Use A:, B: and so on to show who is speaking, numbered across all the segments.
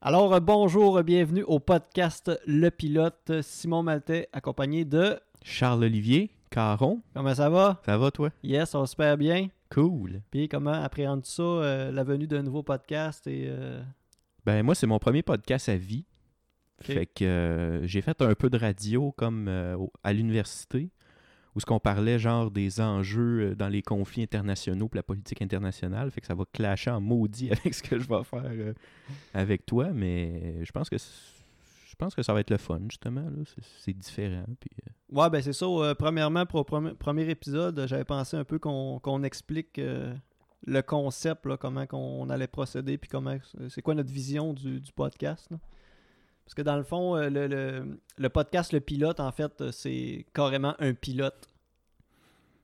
A: Alors, euh, bonjour, bienvenue au podcast Le Pilote. Simon Maltais, accompagné de.
B: Charles-Olivier Caron,
A: Comment ça va?
B: ça va toi?
A: Yes, on va super bien.
B: Cool.
A: Puis, comment appréhendes-tu ça, euh, la venue d'un nouveau podcast et. euh,
B: Ben moi, c'est mon premier podcast à vie.
A: Ok.
B: Fait que euh, j'ai fait un peu de radio comme euh, au- à l'université, où ce qu'on parlait genre des enjeux euh, dans les conflits internationaux pour la politique internationale. Fait que ça va clasher en maudit avec ce que je vais faire euh, avec toi, mais je pense que c- je pense que ça va être le fun, justement. là. C'est- C'est différent. Puis, euh,
A: Ouais, ben c'est ça. euh, premièrement, pour le premi- premier épisode, euh, j'avais pensé un peu qu'on qu'on explique euh, le concept, là, comment qu'on allait procéder, puis comment euh, c'est quoi notre vision du, du podcast. là. Parce que dans le fond, euh, le, le- le podcast, le pilote, en fait, euh, c'est carrément un pilote.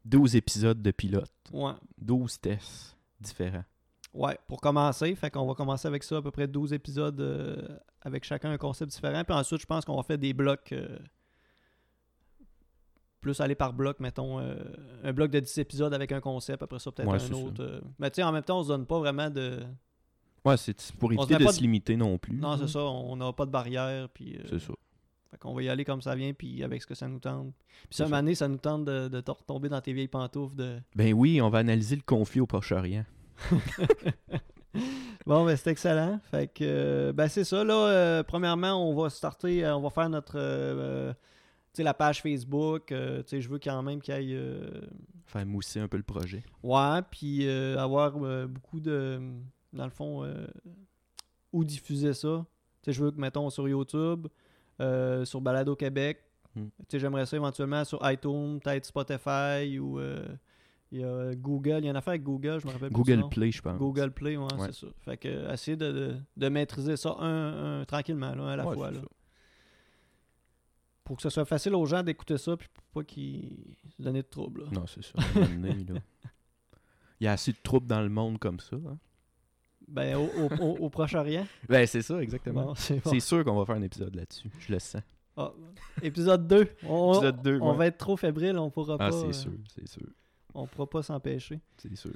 B: 12 épisodes de pilote,
A: Ouais.
B: 12 tests différents.
A: Ouais, pour commencer, fait qu'on va commencer avec ça, à peu près 12 épisodes euh, avec chacun un concept différent. Puis ensuite, je pense qu'on va faire des blocs. euh, plus aller par bloc, mettons, euh, un bloc de 10 épisodes avec un concept, après ça, peut-être
B: Ouais,
A: un
B: c'est
A: autre. euh. Mais tu sais, en même temps, on se donne pas vraiment de.
B: Ouais, c'est pour éviter
A: met
B: de
A: pas
B: se
A: de-
B: limiter non plus.
A: Non, c'est
B: là.
A: ça, on n'a pas de barrière. Puis, euh,
B: Mhm. C'est ça.
A: Fait qu'on va y aller comme ça vient, puis avec ce que ça nous tente. Puis
B: C'est
A: ça,
B: ça.
A: une année, ça nous tente de, de te retomber dans tes vieilles pantoufles. de
B: Ben oui, on va analyser le conflit au Proche-Orient.
A: Bon, ben, c'est excellent. Fait que, euh, ben, c'est ça. Là, Euh, premièrement, on va starter, euh, on va faire notre, euh, euh, tu sais, la page Facebook. Euh, tu sais, je veux quand même qu'il y ait, euh,
B: Faire mousser un peu le projet.
A: ouais, puis euh, avoir euh, beaucoup de, dans le fond, euh, où diffuser ça. Tu sais, je veux que, mettons, sur YouTube, euh, sur Balado Québec,
B: Mm.
A: tu sais, j'aimerais ça éventuellement sur iTunes, peut-être Spotify ou euh, il y a Google. Il y a une affaire avec Google, je me rappelle plus du
B: Google
A: nom.
B: Play, je pense.
A: Google Play, ouais,
B: Ouais.
A: c'est ça. Fait que euh, essayer de, de- de maîtriser ça un, un- tranquillement, là, un à la
B: Ouais,
A: fois.
B: c'est
A: là.
B: ça.
A: Pour que ce soit facile aux gens d'écouter ça puis pour pas qu'ils se donnent de troubles. là.
B: Non, c'est ça. à un moment donné, là. Il y a assez de troupes dans le monde comme ça. hein.
A: Ben, au, au- au- au Proche-Orient.
B: Ben c'est ça, exactement.
A: Bon, c'est bon.
B: C'est sûr qu'on va faire un épisode là-dessus. Je le sens.
A: Ah, épisode 2. On,
B: épisode 2.
A: on va être trop fébrile, on pourra
B: Ah,
A: pas.
B: c'est
A: euh,
B: sûr, c'est sûr,
A: On pourra pas s'empêcher.
B: c'est sûr.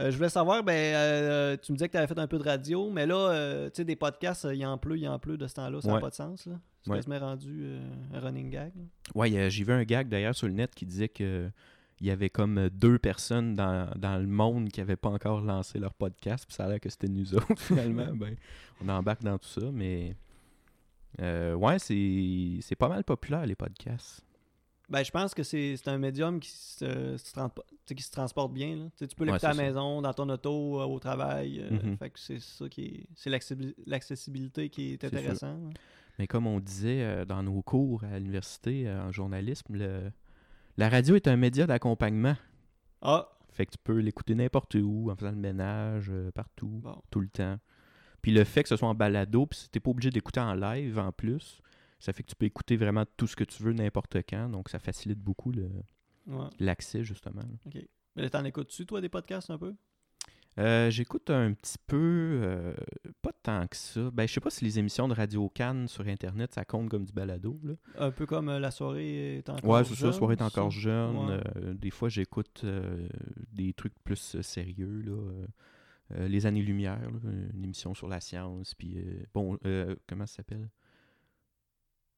A: Euh, je voulais savoir, ben, euh, tu me disais que tu avais fait un peu de radio, mais là, euh, tu sais, des podcasts, euh, il en pleut, il en pleut de ce temps-là, ça n'a
B: Ouais.
A: pas de sens. là. C'est
B: Ouais.
A: quasiment rendu euh, un running gag. là.
B: Ouais, il y a- j'ai vu un gag d'ailleurs sur le net qui disait que il y avait comme euh, deux personnes dans, dans le monde qui n'avaient pas encore lancé leur podcast, puis ça a l'air que c'était nous autres finalement. ben, on embarque dans tout ça, mais euh, ouais, c'est c'est pas mal populaire les podcasts.
A: Ben, je pense que c'est c'est un médium qui se, se transpo- tu sais, qui se transporte bien. là. Tu sais, tu peux l'écouter
B: Ouais,
A: à la
B: c'est
A: maison, dans ton auto, euh, au travail. euh,
B: Mhm.
A: Fait que c'est ça qui est. C'est l'accessibil- l'accessibilité qui est
B: C'est sûr.
A: intéressante.
B: Mais comme on disait euh, dans nos cours à l'université euh, en journalisme, le- la radio est un média d'accompagnement.
A: Ah,
B: Fait que tu peux l'écouter n'importe où, en faisant le ménage, euh, partout,
A: bon.
B: tout le temps. Puis le fait que ce soit en balado, puis t'es pas obligé d'écouter en live en plus, ça fait que tu peux écouter vraiment tout ce que tu veux n'importe quand. Donc ça facilite beaucoup le-
A: Ouais.
B: l'accès, justement.
A: Mais là, t'en écoutes-tu, toi, des podcasts un peu
B: Euh, J'écoute un petit peu, euh, pas tant que ça. Ben, je sais pas si les émissions de Radio Cannes sur Internet, ça compte comme du balado. Là.
A: Un peu comme euh, La soirée est encore.
B: Ouais, c'est ça,
A: jeune,
B: soirée est
A: c'est
B: encore
A: ça?
B: jeune.
A: Ouais.
B: euh, des fois, j'écoute euh, des trucs plus euh, sérieux, là. euh, euh, Les Années-Lumière, là, une émission sur la science, puis... euh, bon, euh, comment ça s'appelle?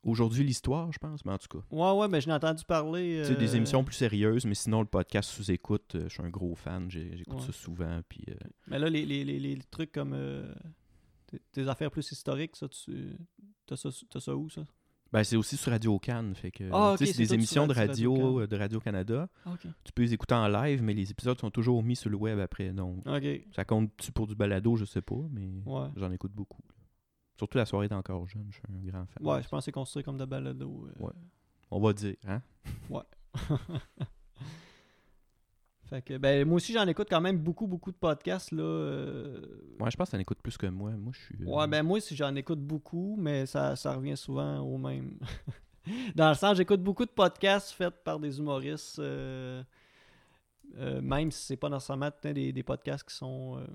B: Aujourd'hui, l'histoire, je pense, mais en tout cas.
A: Ouais, ouais, mais je n'ai entendu parler.
B: Tu sais, des
A: euh,
B: émissions plus sérieuses, mais sinon, le podcast sous-écoute, euh, je suis un gros fan, j'ai- j'écoute
A: Ouais.
B: ça souvent, puis... euh,
A: Mais là, les, les, les, les trucs comme. euh, tes- tes affaires plus historiques, ça, tu. T'as ça, t'as ça où, ça
B: ben, c'est aussi sur Radio-Can, fait que...
A: Ah,
B: tu
A: ok,
B: sais,
A: c'est
B: c'est
A: tout
B: des émissions
A: sur-
B: de
A: sur
B: radio,
A: Radio-Can.
B: euh, de Radio-Canada.
A: Ok.
B: Tu peux les écouter en live, mais les épisodes sont toujours mis sur le web après, donc...
A: Ok.
B: Ça compte-tu pour du balado, je sais pas, mais...
A: Ouais.
B: J'en écoute beaucoup. là. Surtout la soirée d'encore jeune, je suis un grand fan.
A: Ouais, je pense que c'est construit comme de balado. euh.
B: On va dire, hein?
A: Fait que, ben, moi aussi, j'en écoute quand même beaucoup, beaucoup de podcasts, là. euh.
B: Ouais, je pense que t'en écoutes plus que moi. Moi, je suis... euh,
A: Ouais, ben, moi, si j'en écoute beaucoup, mais ça, ça revient souvent au même. Dans le sens, j'écoute beaucoup de podcasts faits par des humoristes, euh, euh, même si c'est pas nécessairement tu sais, des, des podcasts qui sont. euh,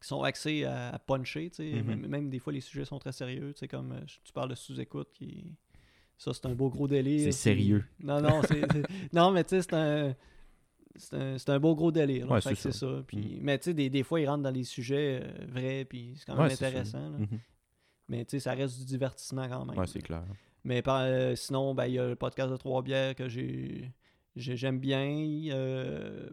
A: qui sont axés à, à puncher, tu sais.
B: Mhm.
A: même, même des fois, les sujets sont très sérieux, tu sais, comme euh, tu parles de sous-écoute, qui... ça, c'est un beau gros délire.
B: C'est
A: puis-
B: sérieux.
A: Non, non, c'est. c'est- Non, mais tu sais, c'est un. c'est un, c'est un beau gros délire. là.
B: Ouais,
A: Fait que
B: c'est Mm.
A: c'est ça. Puis, Mais tu sais, des, des fois, ils rentrent dans les sujets euh, vrais, puis c'est quand même
B: Ouais, c'est
A: intéressant. là.
B: Mhm.
A: Mais tu sais, ça reste du divertissement quand même.
B: Ouais, c'est clair.
A: Mais par- euh, sinon, ben, il y a le podcast de Trois Bières que j'ai j'ai- j'aime bien. euh,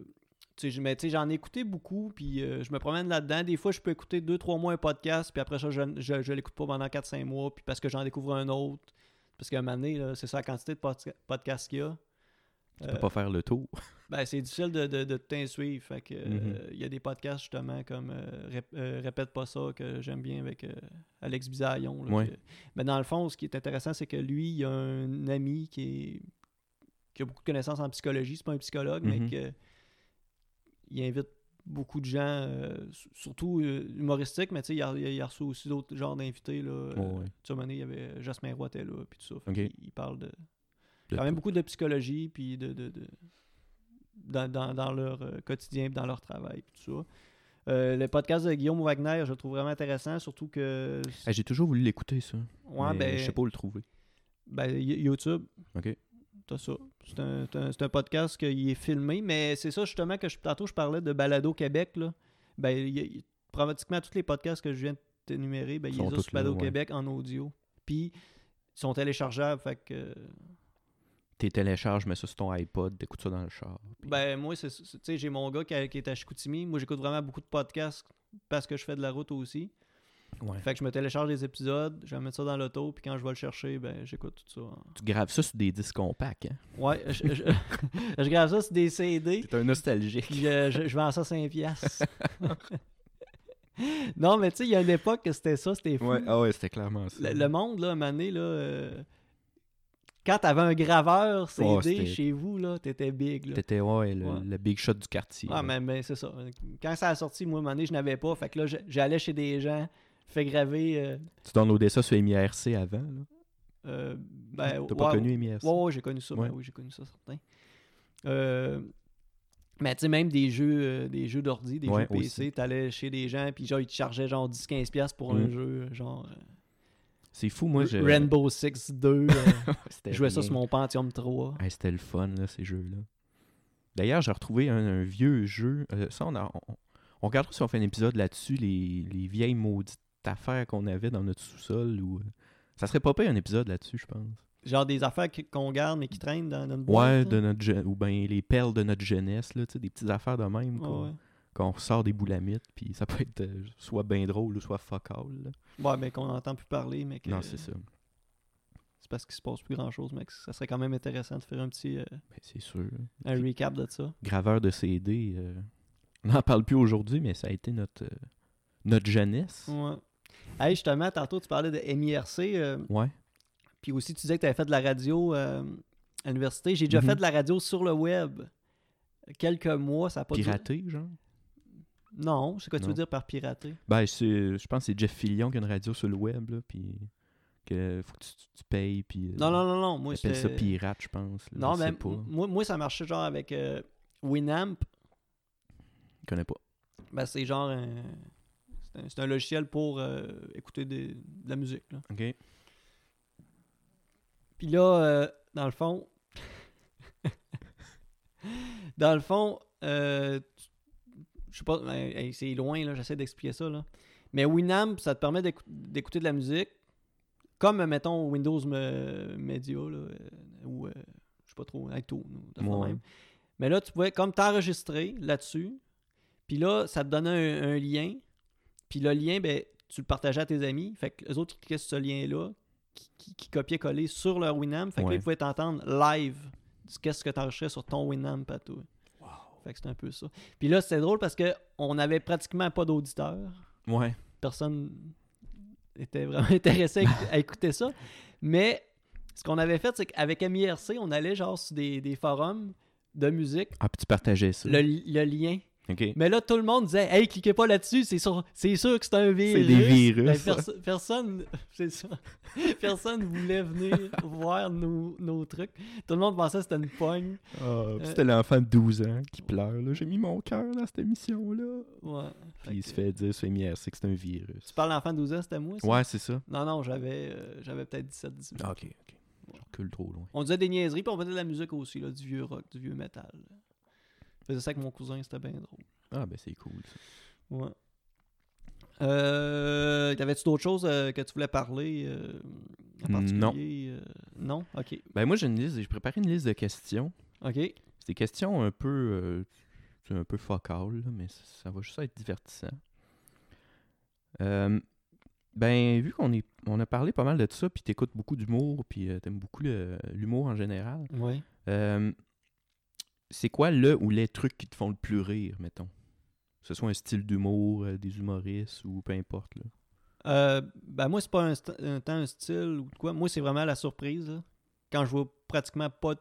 A: tu sais, je- mais tu sais, j'en ai écouté beaucoup, puis euh, je me promène là-dedans. Des fois, je peux écouter deux, trois mois un podcast, puis après ça, je je, je l'écoute pas pendant 4-5 mois, puis parce que j'en découvre un autre. Parce qu'à un moment donné, là, c'est ça la quantité de podca- podcasts qu'il y a.
B: Tu
A: Euh,
B: peux pas faire le tour.
A: ben, c'est difficile de, de, de tout en suivre. Fait que, euh,
B: Mhm.
A: il y a des podcasts justement comme euh, Rép- euh, Répète pas ça que j'aime bien avec euh, Alex Bisaillon. là,
B: Ouais.
A: que- Mais dans le fond, ce qui est intéressant, c'est que lui, il a un ami qui, est... qui a beaucoup de connaissances en psychologie. C'est pas un psychologue,
B: Mhm.
A: mais que... il invite beaucoup de gens, euh, s- surtout euh, humoristiques, mais tu sais, il a, il a- il a reçu aussi d'autres genres d'invités. Là, euh,
B: Ouais, ouais.
A: Tu sais, à un moment donné, il y avait Jasmin Roy était là, puis tout ça. Fait
B: Ok.
A: qu'il- il, parle de
B: De
A: quand même
B: tout.
A: beaucoup de psychologie, puis de, de- de- dans, dans- dans leur euh, quotidien, puis dans leur travail, puis tout ça. Euh, le podcast de Guillaume Wagner, je le trouve vraiment intéressant, surtout que.
B: Ah, J'ai toujours voulu l'écouter, ça.
A: Ouais,
B: mais
A: ben,
B: Je sais pas où le trouver.
A: ben, Y- YouTube,
B: OK.
A: t'as ça. C'est un, c'est un- c'est un podcast qui est filmé, mais c'est ça justement que je, tantôt je parlais de Balado Québec. Là. Ben, il y a- il- pratiquement tous les podcasts que je viens de t'énumérer, ben, il
B: Sont
A: les a
B: tous
A: sur
B: là,
A: Balado
B: ouais.
A: Québec en audio. Puis, ils sont téléchargeables, fait que. euh,
B: T'es télécharges, mets ça sur ton iPod, t'écoutes ça dans le char. puis-
A: Ben, moi, c'est, c'est- tu sais, j'ai mon gars qui, a- qui est à Chicoutimi. Moi, j'écoute vraiment beaucoup de podcasts parce que je fais de la route aussi.
B: Ouais.
A: Fait que je me télécharge des épisodes, je vais mettre ça dans l'auto, puis quand je vais le chercher, ben, j'écoute tout ça. en-
B: Tu graves ça sur des disques compacts, hein?
A: Ouais, je, je, je grave ça sur des CD,
B: T'es un nostalgique.
A: puis je, je, je vends ça 5 piastres. non, mais tu sais, il y a une époque que c'était ça, c'était fou.
B: Ouais, ah ouais, c'était clairement ça.
A: Le, le monde, là, à un moment donné, là, euh, quand t'avais un graveur CD
B: Ouais, Oh, c'était-
A: chez vous, là, t'étais big, là.
B: T'étais, ouais, le,
A: Ouais.
B: le big shot du quartier.
A: Ah,
B: là.
A: mais, mais c'est ça. Quand ça a sorti, moi, à un moment donné, je n'avais pas. Fait que là, je- j'allais chez des gens, fais graver. euh,
B: Tu downloadais ça sur MIRC avant, là?
A: euh, ben,
B: T'as pas
A: ouais,
B: connu MIRC?
A: Ouais, ouais, j'ai connu ça. ben
B: Ouais.
A: oui, j'ai connu ça, certain. Euh, mais tu sais, même des jeux euh, des jeux d'ordi, des
B: Ouais,
A: jeux PC, t'allais chez des gens, puis genre, ils te chargeaient genre 10-15$ piastres pour un
B: Mm.
A: jeu, genre euh,
B: C'est fou, moi, je...
A: Rainbow Six 2. euh,
B: c'était
A: je jouais ça
B: rien.
A: sur mon Pentium 3.
B: Hey, c'était le fun, là, ces jeux-là. D'ailleurs, j'ai retrouvé un, un vieux jeu. Euh, ça, on, a, on, on regardera si on fait un épisode là-dessus, les, les vieilles maudites affaires qu'on avait dans notre sous-sol. Ou... euh, Ça serait pas pire un épisode là-dessus, je pense.
A: Genre des affaires qui- qu'on garde, mais qui traînent dans notre boîte.
B: Ouais,
A: là.
B: de notre je- ou bien les perles de notre jeunesse, là, tu sais, des petites affaires de même.
A: hein. Ouais,
B: Qu'on
A: ouais.
B: qu'on ressort des boulamites, puis ça peut être euh, soit bien drôle ou soit focal.
A: Ouais, mais qu'on n'entend plus parler, mais que.
B: Non, c'est ça. Ben,
A: C'est parce qu'il se passe plus grand chose, mais que ça serait quand même intéressant de faire un petit euh,
B: Ben, c'est sûr.
A: un recap de ça.
B: Graveur de CD, euh, on n'en parle plus aujourd'hui, mais ça a été notre, euh, notre jeunesse.
A: Ouais. Hey, justement, tantôt tu parlais de MIRC, euh,
B: Ouais.
A: puis aussi tu disais que tu avais fait de la radio euh, à l'université. J'ai déjà
B: Mhm.
A: fait de la radio sur le web quelques mois, ça n'a pas duré-
B: Piraté, genre.
A: Non, c'est quoi tu
B: Non.
A: veux dire par pirater?
B: Ben, c'est- je pense que c'est Jeff Fillion qui a une radio sur le web, là, puis que faut que tu, tu- tu payes, puis... euh,
A: Non, non, non, non. Moi,
B: ils appellent ça
A: c'était-
B: pirate, je pense. là,
A: Non,
B: je sais
A: mais
B: pas.
A: m- moi, moi, ça marchait genre avec euh, Winamp.
B: Je connais pas.
A: Ben, c'est genre un... C'est un, c'est un logiciel pour euh, écouter des- de la musique. là.
B: OK.
A: Puis là, euh, dans le fond, dans le fond, euh, tu- je sais pas, ben, hey, c'est loin, là, j'essaie d'expliquer ça. Là. Mais Winamp, ça te permet d'écou- d'écouter de la musique, comme, euh, mettons, Windows me- Media, là, euh, ou, euh, je sais pas trop, iTunes, ou d'affaires de
B: Ouais.
A: même. Mais là, tu pouvais comme t'enregistrer là-dessus, puis là, ça te donnait un, un lien, puis le lien, ben, tu le partageais à tes amis, fait que les autres, ils cliquaient sur ce lien-là, qui, qui- qui copiaient-coller sur leur Winamp. Fait que là,
B: Ouais.
A: ils pouvaient t'entendre live de qu'est-ce que tu enregistrais sur ton Winamp à toi. Fait que c'était un peu ça. Puis là, c'était drôle parce que on n'avait pratiquement pas d'auditeurs.
B: Ouais.
A: Personne était vraiment intéressé à écouter ça. Mais ce qu'on avait fait, c'est qu'avec MIRC, on allait genre sur des, des forums de musique,
B: Ah, puis tu partageais ça.
A: le, le lien.
B: OK.
A: Mais là, tout le monde disait Hey, cliquez pas là-dessus, c'est sûr, c'est sûr que c'est un virus.
B: C'est des virus.
A: Ben, perso- personne, c'est ça. Personne voulait venir voir nos, nos trucs. Tout le monde pensait que c'était une pogne.
B: Ah, puis
A: Euh,
B: c'était l'enfant de 12 ans qui pleure, là. J'ai mis mon cœur dans cette émission-là.
A: Ouais.
B: Puis
A: Fait
B: il
A: que-
B: se fait dire sur MIRC que c'est un
A: Tu
B: virus.
A: parles d'enfant de 12 ans, c'était moi ça?
B: Ouais, c'est ça.
A: Non, non, j'avais, euh, j'avais peut-être 17, 18.
B: Ah, OK, OK. Je recule trop loin.
A: On disait des niaiseries, puis on faisait de la musique aussi, là, du vieux rock, du vieux métal. faisais ça avec mon cousin, c'était bien drôle.
B: Ah, ben c'est cool. ça.
A: Ouais. Euh, T'avais-tu d'autres choses euh, que tu voulais parler euh, en
B: Non.
A: particulier? euh, non? Ok.
B: Ben moi, j'ai une liste, j'ai préparé une liste de questions.
A: Ok.
B: C'est des questions un peu. euh, c'est un peu focales, là, mais ça, ça va juste être divertissant. Euh, ben, vu qu'on est, on a parlé pas mal de ça, puis t'écoutes beaucoup d'humour, puis euh, t'aimes beaucoup le- l'humour en général,
A: Ouais.
B: euh, c'est quoi le ou les trucs qui te font le plus rire, mettons Que ce soit un style d'humour, euh, des humoristes ou peu importe. Là.
A: Euh, ben moi, c'est pas un, st- un temps, un style ou de quoi. Moi, c'est vraiment la surprise. là. Quand je vois pratiquement pas de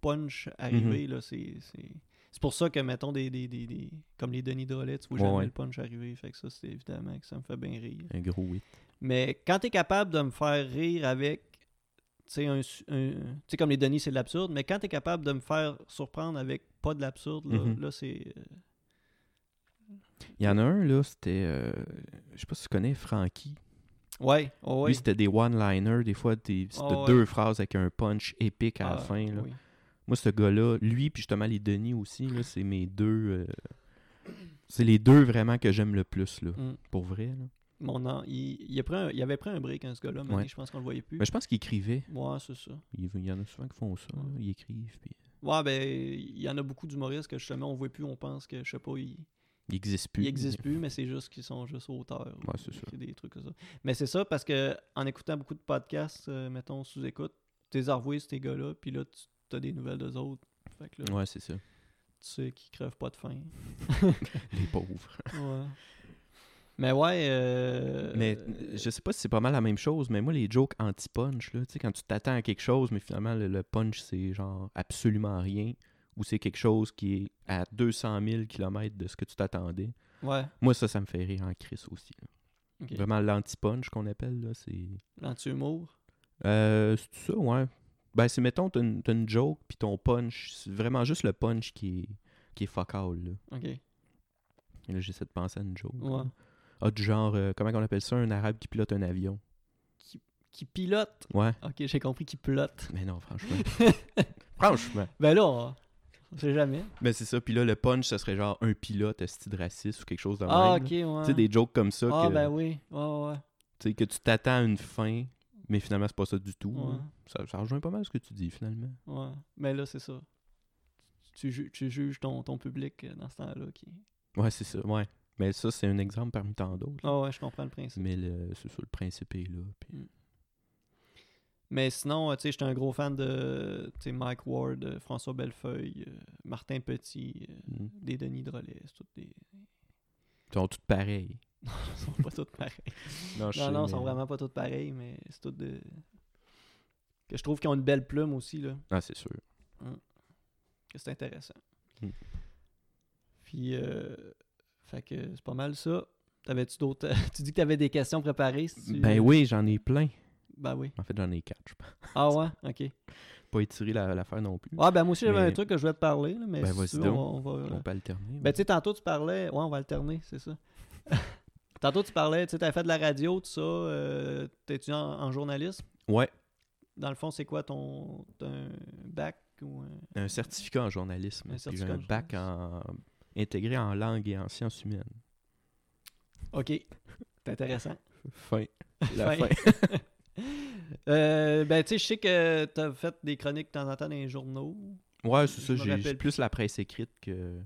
A: punch arriver,
B: Mhm.
A: là, c'est. c'est- C'est pour ça que, mettons, des, des, des, des- comme les Denis Drolet, tu vois
B: Ouais,
A: jamais
B: ouais.
A: le punch arriver. Fait que ça, c'est évidemment que ça me fait bien rire.
B: Un gros oui.
A: Mais quand t'es capable de me faire rire avec. Tu sais, un su- un- tu sais, comme les Denis, c'est de l'absurde, mais quand t'es capable de me faire surprendre avec pas de l'absurde, là,
B: Mhm.
A: là, c'est. euh,
B: Il y en a un, là, c'était. euh, je sais pas si tu connais Frankie.
A: Ouais, oh, ouais.
B: Lui, c'était des one-liners, des fois, des, c'était
A: Ah ouais.
B: deux phrases avec un punch épique à la
A: Ah,
B: fin. Là.
A: oui.
B: Moi, ce gars-là, lui, puis justement les Denis aussi, là, c'est mes deux. euh, c'est les deux vraiment que j'aime le plus, là,
A: Mm.
B: pour vrai. là.
A: Mon an, il, il a pris un- il avait pris un break, hein, ce gars-là, mais
B: Ouais.
A: je pense qu'on le voyait plus.
B: Mais je pense qu'il écrivait.
A: Ouais, c'est ça.
B: Il, il y en a souvent qui font ça, là, ils écrivent, puis
A: Ouais, ben, il y en a beaucoup d'humoristes que justement, on voit plus, on pense que, je sais pas, ils
B: ils existent plus.
A: il n'existent plus, mais c'est juste qu'ils sont juste auteurs. ou
B: Ouais, c'est ça.
A: qu'il y a Des trucs comme ça. Mais c'est ça parce que en écoutant beaucoup de podcasts, euh, mettons, sous-écoute, t'es envoyé ces gars-là, puis là, tu as des nouvelles d'eux autres. Fait que là,
B: Ouais, c'est ça.
A: tu sais qu'ils crèvent pas de faim.
B: Les pauvres.
A: Ouais. Mais ouais. euh,
B: Mais
A: euh,
B: je sais pas si c'est pas mal la même chose, mais moi, les jokes anti-punch, là, tu sais, quand tu t'attends à quelque chose, mais finalement, le, le punch, c'est genre absolument rien, ou c'est quelque chose qui est à 200 000 km de ce que tu t'attendais.
A: Ouais.
B: Moi, ça, ça me fait rire en crise aussi. là.
A: ok.
B: Vraiment, l'anti-punch qu'on appelle, là, c'est.
A: L'anti-humour.
B: Euh, c'est tout ça, ouais. Ben, c'est mettons, t'as une, t'as une joke, puis ton punch, c'est vraiment juste le punch qui est, qui est fuck all, là.
A: Ok.
B: Et là, j'essaie de penser à une joke.
A: Ouais.
B: là. Ah, du genre, euh, comment on appelle ça, un arabe qui pilote un avion.
A: Qui pilote.
B: Ouais.
A: Ok, j'ai compris qui pilote.
B: Mais non, franchement. franchement.
A: Ben là, on on sait jamais.
B: Mais c'est ça, puis là, le punch, ça serait genre un pilote esti de raciste ou quelque chose de
A: Ah,
B: même.
A: ok,
B: là.
A: ouais.
B: Tu sais, des jokes comme ça
A: Ah,
B: que,
A: ben oui. Ouais, ouais.
B: tu sais, que tu t'attends à une fin, mais finalement, c'est pas ça du tout.
A: ouais.
B: là. Ça, ça rejoint pas mal ce que tu dis, finalement.
A: Ouais, mais là, c'est ça. Tu, ju- tu juges ton, ton public euh, dans ce temps-là. Qui...
B: Ouais, c'est ça, ouais. Mais ça, c'est un exemple parmi tant d'autres. là.
A: Ah ouais, je comprends le principe.
B: Mais le, c'est ça, le principe est là. puis-
A: Mais sinon, euh, tu sais, j'étais un gros fan de tu sais, Mike Ward, euh, François Bellefeuille, euh, Martin Petit, euh,
B: Mm.
A: des Denis Drolet. c'est Toutes des...
B: Ils sont tous pareils.
A: Ils sont pas toutes pareilles.
B: je
A: non,
B: sais,
A: non, ils
B: mais-
A: sont vraiment pas toutes pareilles, mais c'est toutes de. Que je trouve qu'ils ont une belle plume aussi, là.
B: Ah, c'est sûr.
A: que c'est intéressant.
B: Mm.
A: Puis, euh, fait que c'est pas mal ça. T'avais-tu d'autres. tu dis que t'avais des questions préparées, si tu-
B: Ben oui, j'en ai plein.
A: Ben oui.
B: En fait, j'en ai quatre. Je peux
A: Ah ouais, ok.
B: pas étirer la- l'affaire non plus.
A: Ah ben moi aussi j'avais
B: Mais-
A: un truc que je voulais te parler, là, mais
B: Ben,
A: si tu
B: vas-y
A: veux,
B: donc.
A: on va. on va-
B: On peut alterner.
A: Ben tu sais, tantôt tu parlais. Ouais, on va alterner, c'est ça. tantôt tu parlais, tu sais, t'avais fait de la radio, tout ça. euh, T'es étudiant en, en journalisme.
B: Ouais,
A: Dans le fond, c'est quoi ton. t'as un bac ou un.
B: un certificat en journalisme.
A: Un
B: puis j'ai
A: certificat
B: un
A: en
B: bac en... intégré en langue et en sciences humaines.
A: Ok. C'est intéressant.
B: Fin. La
A: Fin.
B: fin.
A: Euh, ben, tu sais, je sais que t'as fait des chroniques de temps en temps dans les journaux.
B: Ouais, c'est
A: Je
B: ça.
A: me
B: J'ai
A: rappelle
B: j'ai plus la presse écrite que.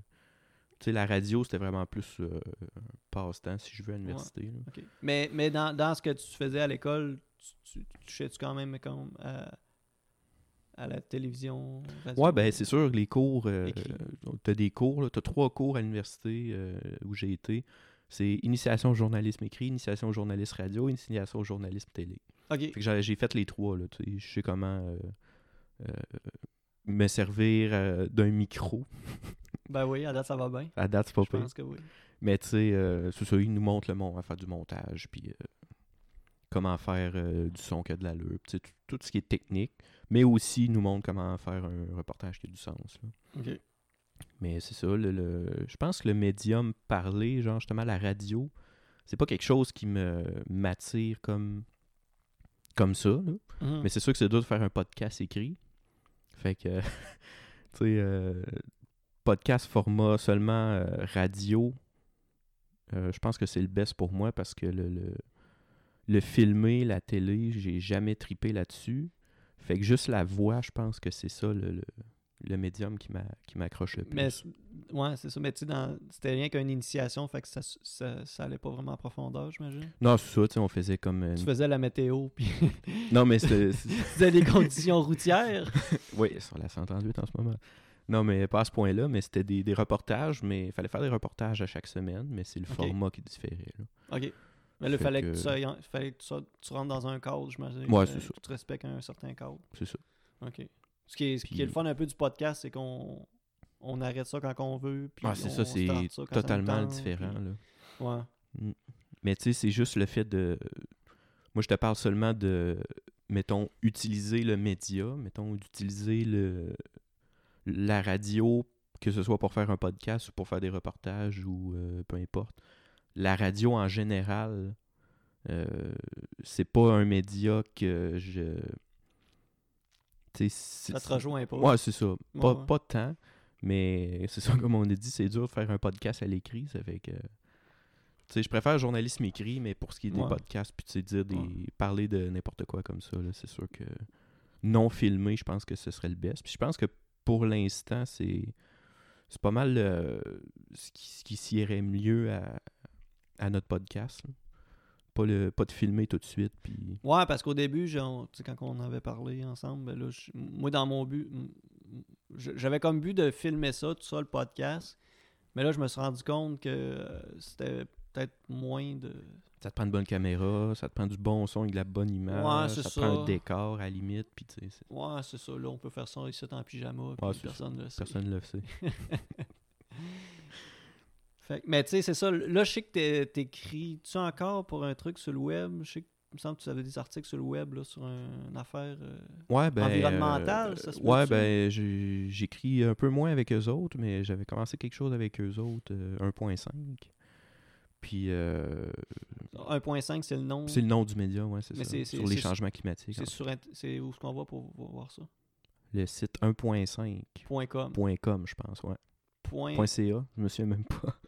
B: Tu sais, la radio, c'était vraiment plus euh, un passe-temps, si je veux, à l'université. là.
A: Ok. Mais, mais dans, dans ce que tu faisais à l'école, tu, tu, tu touchais-tu quand même comme à, à la télévision? radio?
B: Ouais, ben c'est sûr, les cours, euh,
A: Écrit.
B: t'as des cours, là, t'as trois cours à l'université euh, où j'ai été. C'est initiation au journalisme écrit, initiation au journalisme radio, initiation au journalisme télé.
A: Ok.
B: Fait que j'ai- j'ai fait les trois, là, tu sais, je sais comment euh, euh, me servir euh, d'un micro.
A: Ben oui, à date, ça va bien.
B: À date, c'est pas
A: Je
B: pire.
A: pense que oui.
B: Mais tu sais, euh, c'est ça, ils nous montrent le monde à faire du montage, puis euh, comment faire euh, du son qui a de l'allure, puis tu sais, tout- tout ce qui est technique, mais aussi ils nous montrent comment faire un reportage qui a du sens, là.
A: Ok.
B: Mais c'est ça, le, le- je pense que le médium parler, genre justement la radio, c'est pas quelque chose qui me m'attire comme comme ça. là.
A: Mhm.
B: Mais c'est sûr que c'est dur de faire un podcast écrit. Fait que, tu sais, euh, podcast format seulement euh, radio, euh, je pense que c'est le best pour moi parce que le, le, le filmer, la télé, j'ai jamais tripé là-dessus. Fait que juste la voix, je pense que c'est ça le, le, le médium qui m'a- qui m'accroche le plus.
A: Mais c- ouais, c'est ça. Mais tu sais, dans- c'était rien qu'une initiation, fait que ça, ça, ça allait pas vraiment en profondeur, j'imagine.
B: Non, c'est ça, tu sais, on faisait comme. euh,
A: Tu faisais la météo, puis
B: Non, mais c'est. c'est-
A: tu faisais les conditions routières.
B: Oui, sur la 138 en ce moment. Non, mais pas à ce point-là, mais c'était des, des reportages, mais il fallait faire des reportages à chaque semaine, mais c'est le
A: Ok.
B: format qui différait. là.
A: OK. Mais là,
B: Fait
A: fallait que,
B: que-
A: tu sois en- fallait que tu, sois- tu rentres dans un cadre, j'imagine.
B: Ouais,
A: euh,
B: c'est ça.
A: Tu te respectes un certain cadre.
B: C'est ça.
A: OK. Ce qui est, ce qui est le
B: Puis-
A: fun un peu du podcast, c'est qu'on on arrête ça quand on veut. Puis
B: Ah,
A: on
B: c'est ça, c'est
A: starte ça quand ça nous
B: totalement
A: tente,
B: différent.
A: puis-
B: là.
A: Ouais.
B: Mais tu sais, c'est juste le fait de. Moi, je te parle seulement de, mettons, utiliser le média, mettons, d'utiliser le la radio, que ce soit pour faire un podcast ou pour faire des reportages ou euh, peu importe. La radio en général, euh, c'est pas un média que je. tu sais, c'est-
A: Ça te rejoint pas.
B: Ouais, c'est ça. Pas,
A: ouais.
B: pas tant, mais c'est ça, comme on a dit, c'est dur de faire un podcast à l'écrit. Ça fait que. Tu sais, je préfère journalisme écrit, mais pour ce qui est des
A: Ouais.
B: podcasts, puis tu sais, dire des,
A: Ouais.
B: parler de n'importe quoi comme ça, là, c'est sûr que non filmé, je pense que ce serait le best. Puis je pense que pour l'instant, c'est c'est pas mal euh, ce qui, ce qui s'irait mieux à, à notre podcast. là. Pas, le, pas de filmer tout de suite, puis
A: Ouais, parce qu'au début, genre, tu sais, quand on avait parlé ensemble, ben là, je- moi, dans mon but, m- m- je- j'avais comme but de filmer ça, tout ça, le podcast. Mais là, je me suis rendu compte que euh, c'était peut-être moins de.
B: ça te prend une bonne caméra, ça te prend du bon son avec de la bonne image,
A: c'est
B: ça te
A: ça.
B: prend un décor à la limite, puis tu sais, c'est-
A: Ouais, c'est ça, là, on peut faire ça ici en pyjama, puis
B: Ouais, c'est ça.
A: personne ne le sait.
B: personne ne le sait.
A: Fait que- mais tu sais, c'est ça. Là, je sais que t'es- t'écris-tu encore pour un truc sur le web? Je sais que, il me semble que tu avais des articles sur le web, là, sur un- une affaire. euh,
B: Ouais, ben,
A: Environnemental,
B: euh,
A: ça se
B: Ouais,
A: peut-tu?
B: ben, j'ai- j'écris un peu moins avec eux autres, mais j'avais commencé quelque chose avec eux autres, euh, 1.5. Puis, euh,
A: 1.5, c'est le nom.
B: c'est le nom du média, ouais, c'est
A: Mais
B: ça.
A: c'est- c'est-
B: sur les
A: c'est-
B: changements climatiques. en
A: C'est
B: fait.
A: sur int- c'est où est-ce qu'on va pour vo- voir ça?
B: Le site 1.5.
A: Point .com.
B: Point .com, je pense, ouais.
A: Point-
B: Point .ca, je me souviens même pas.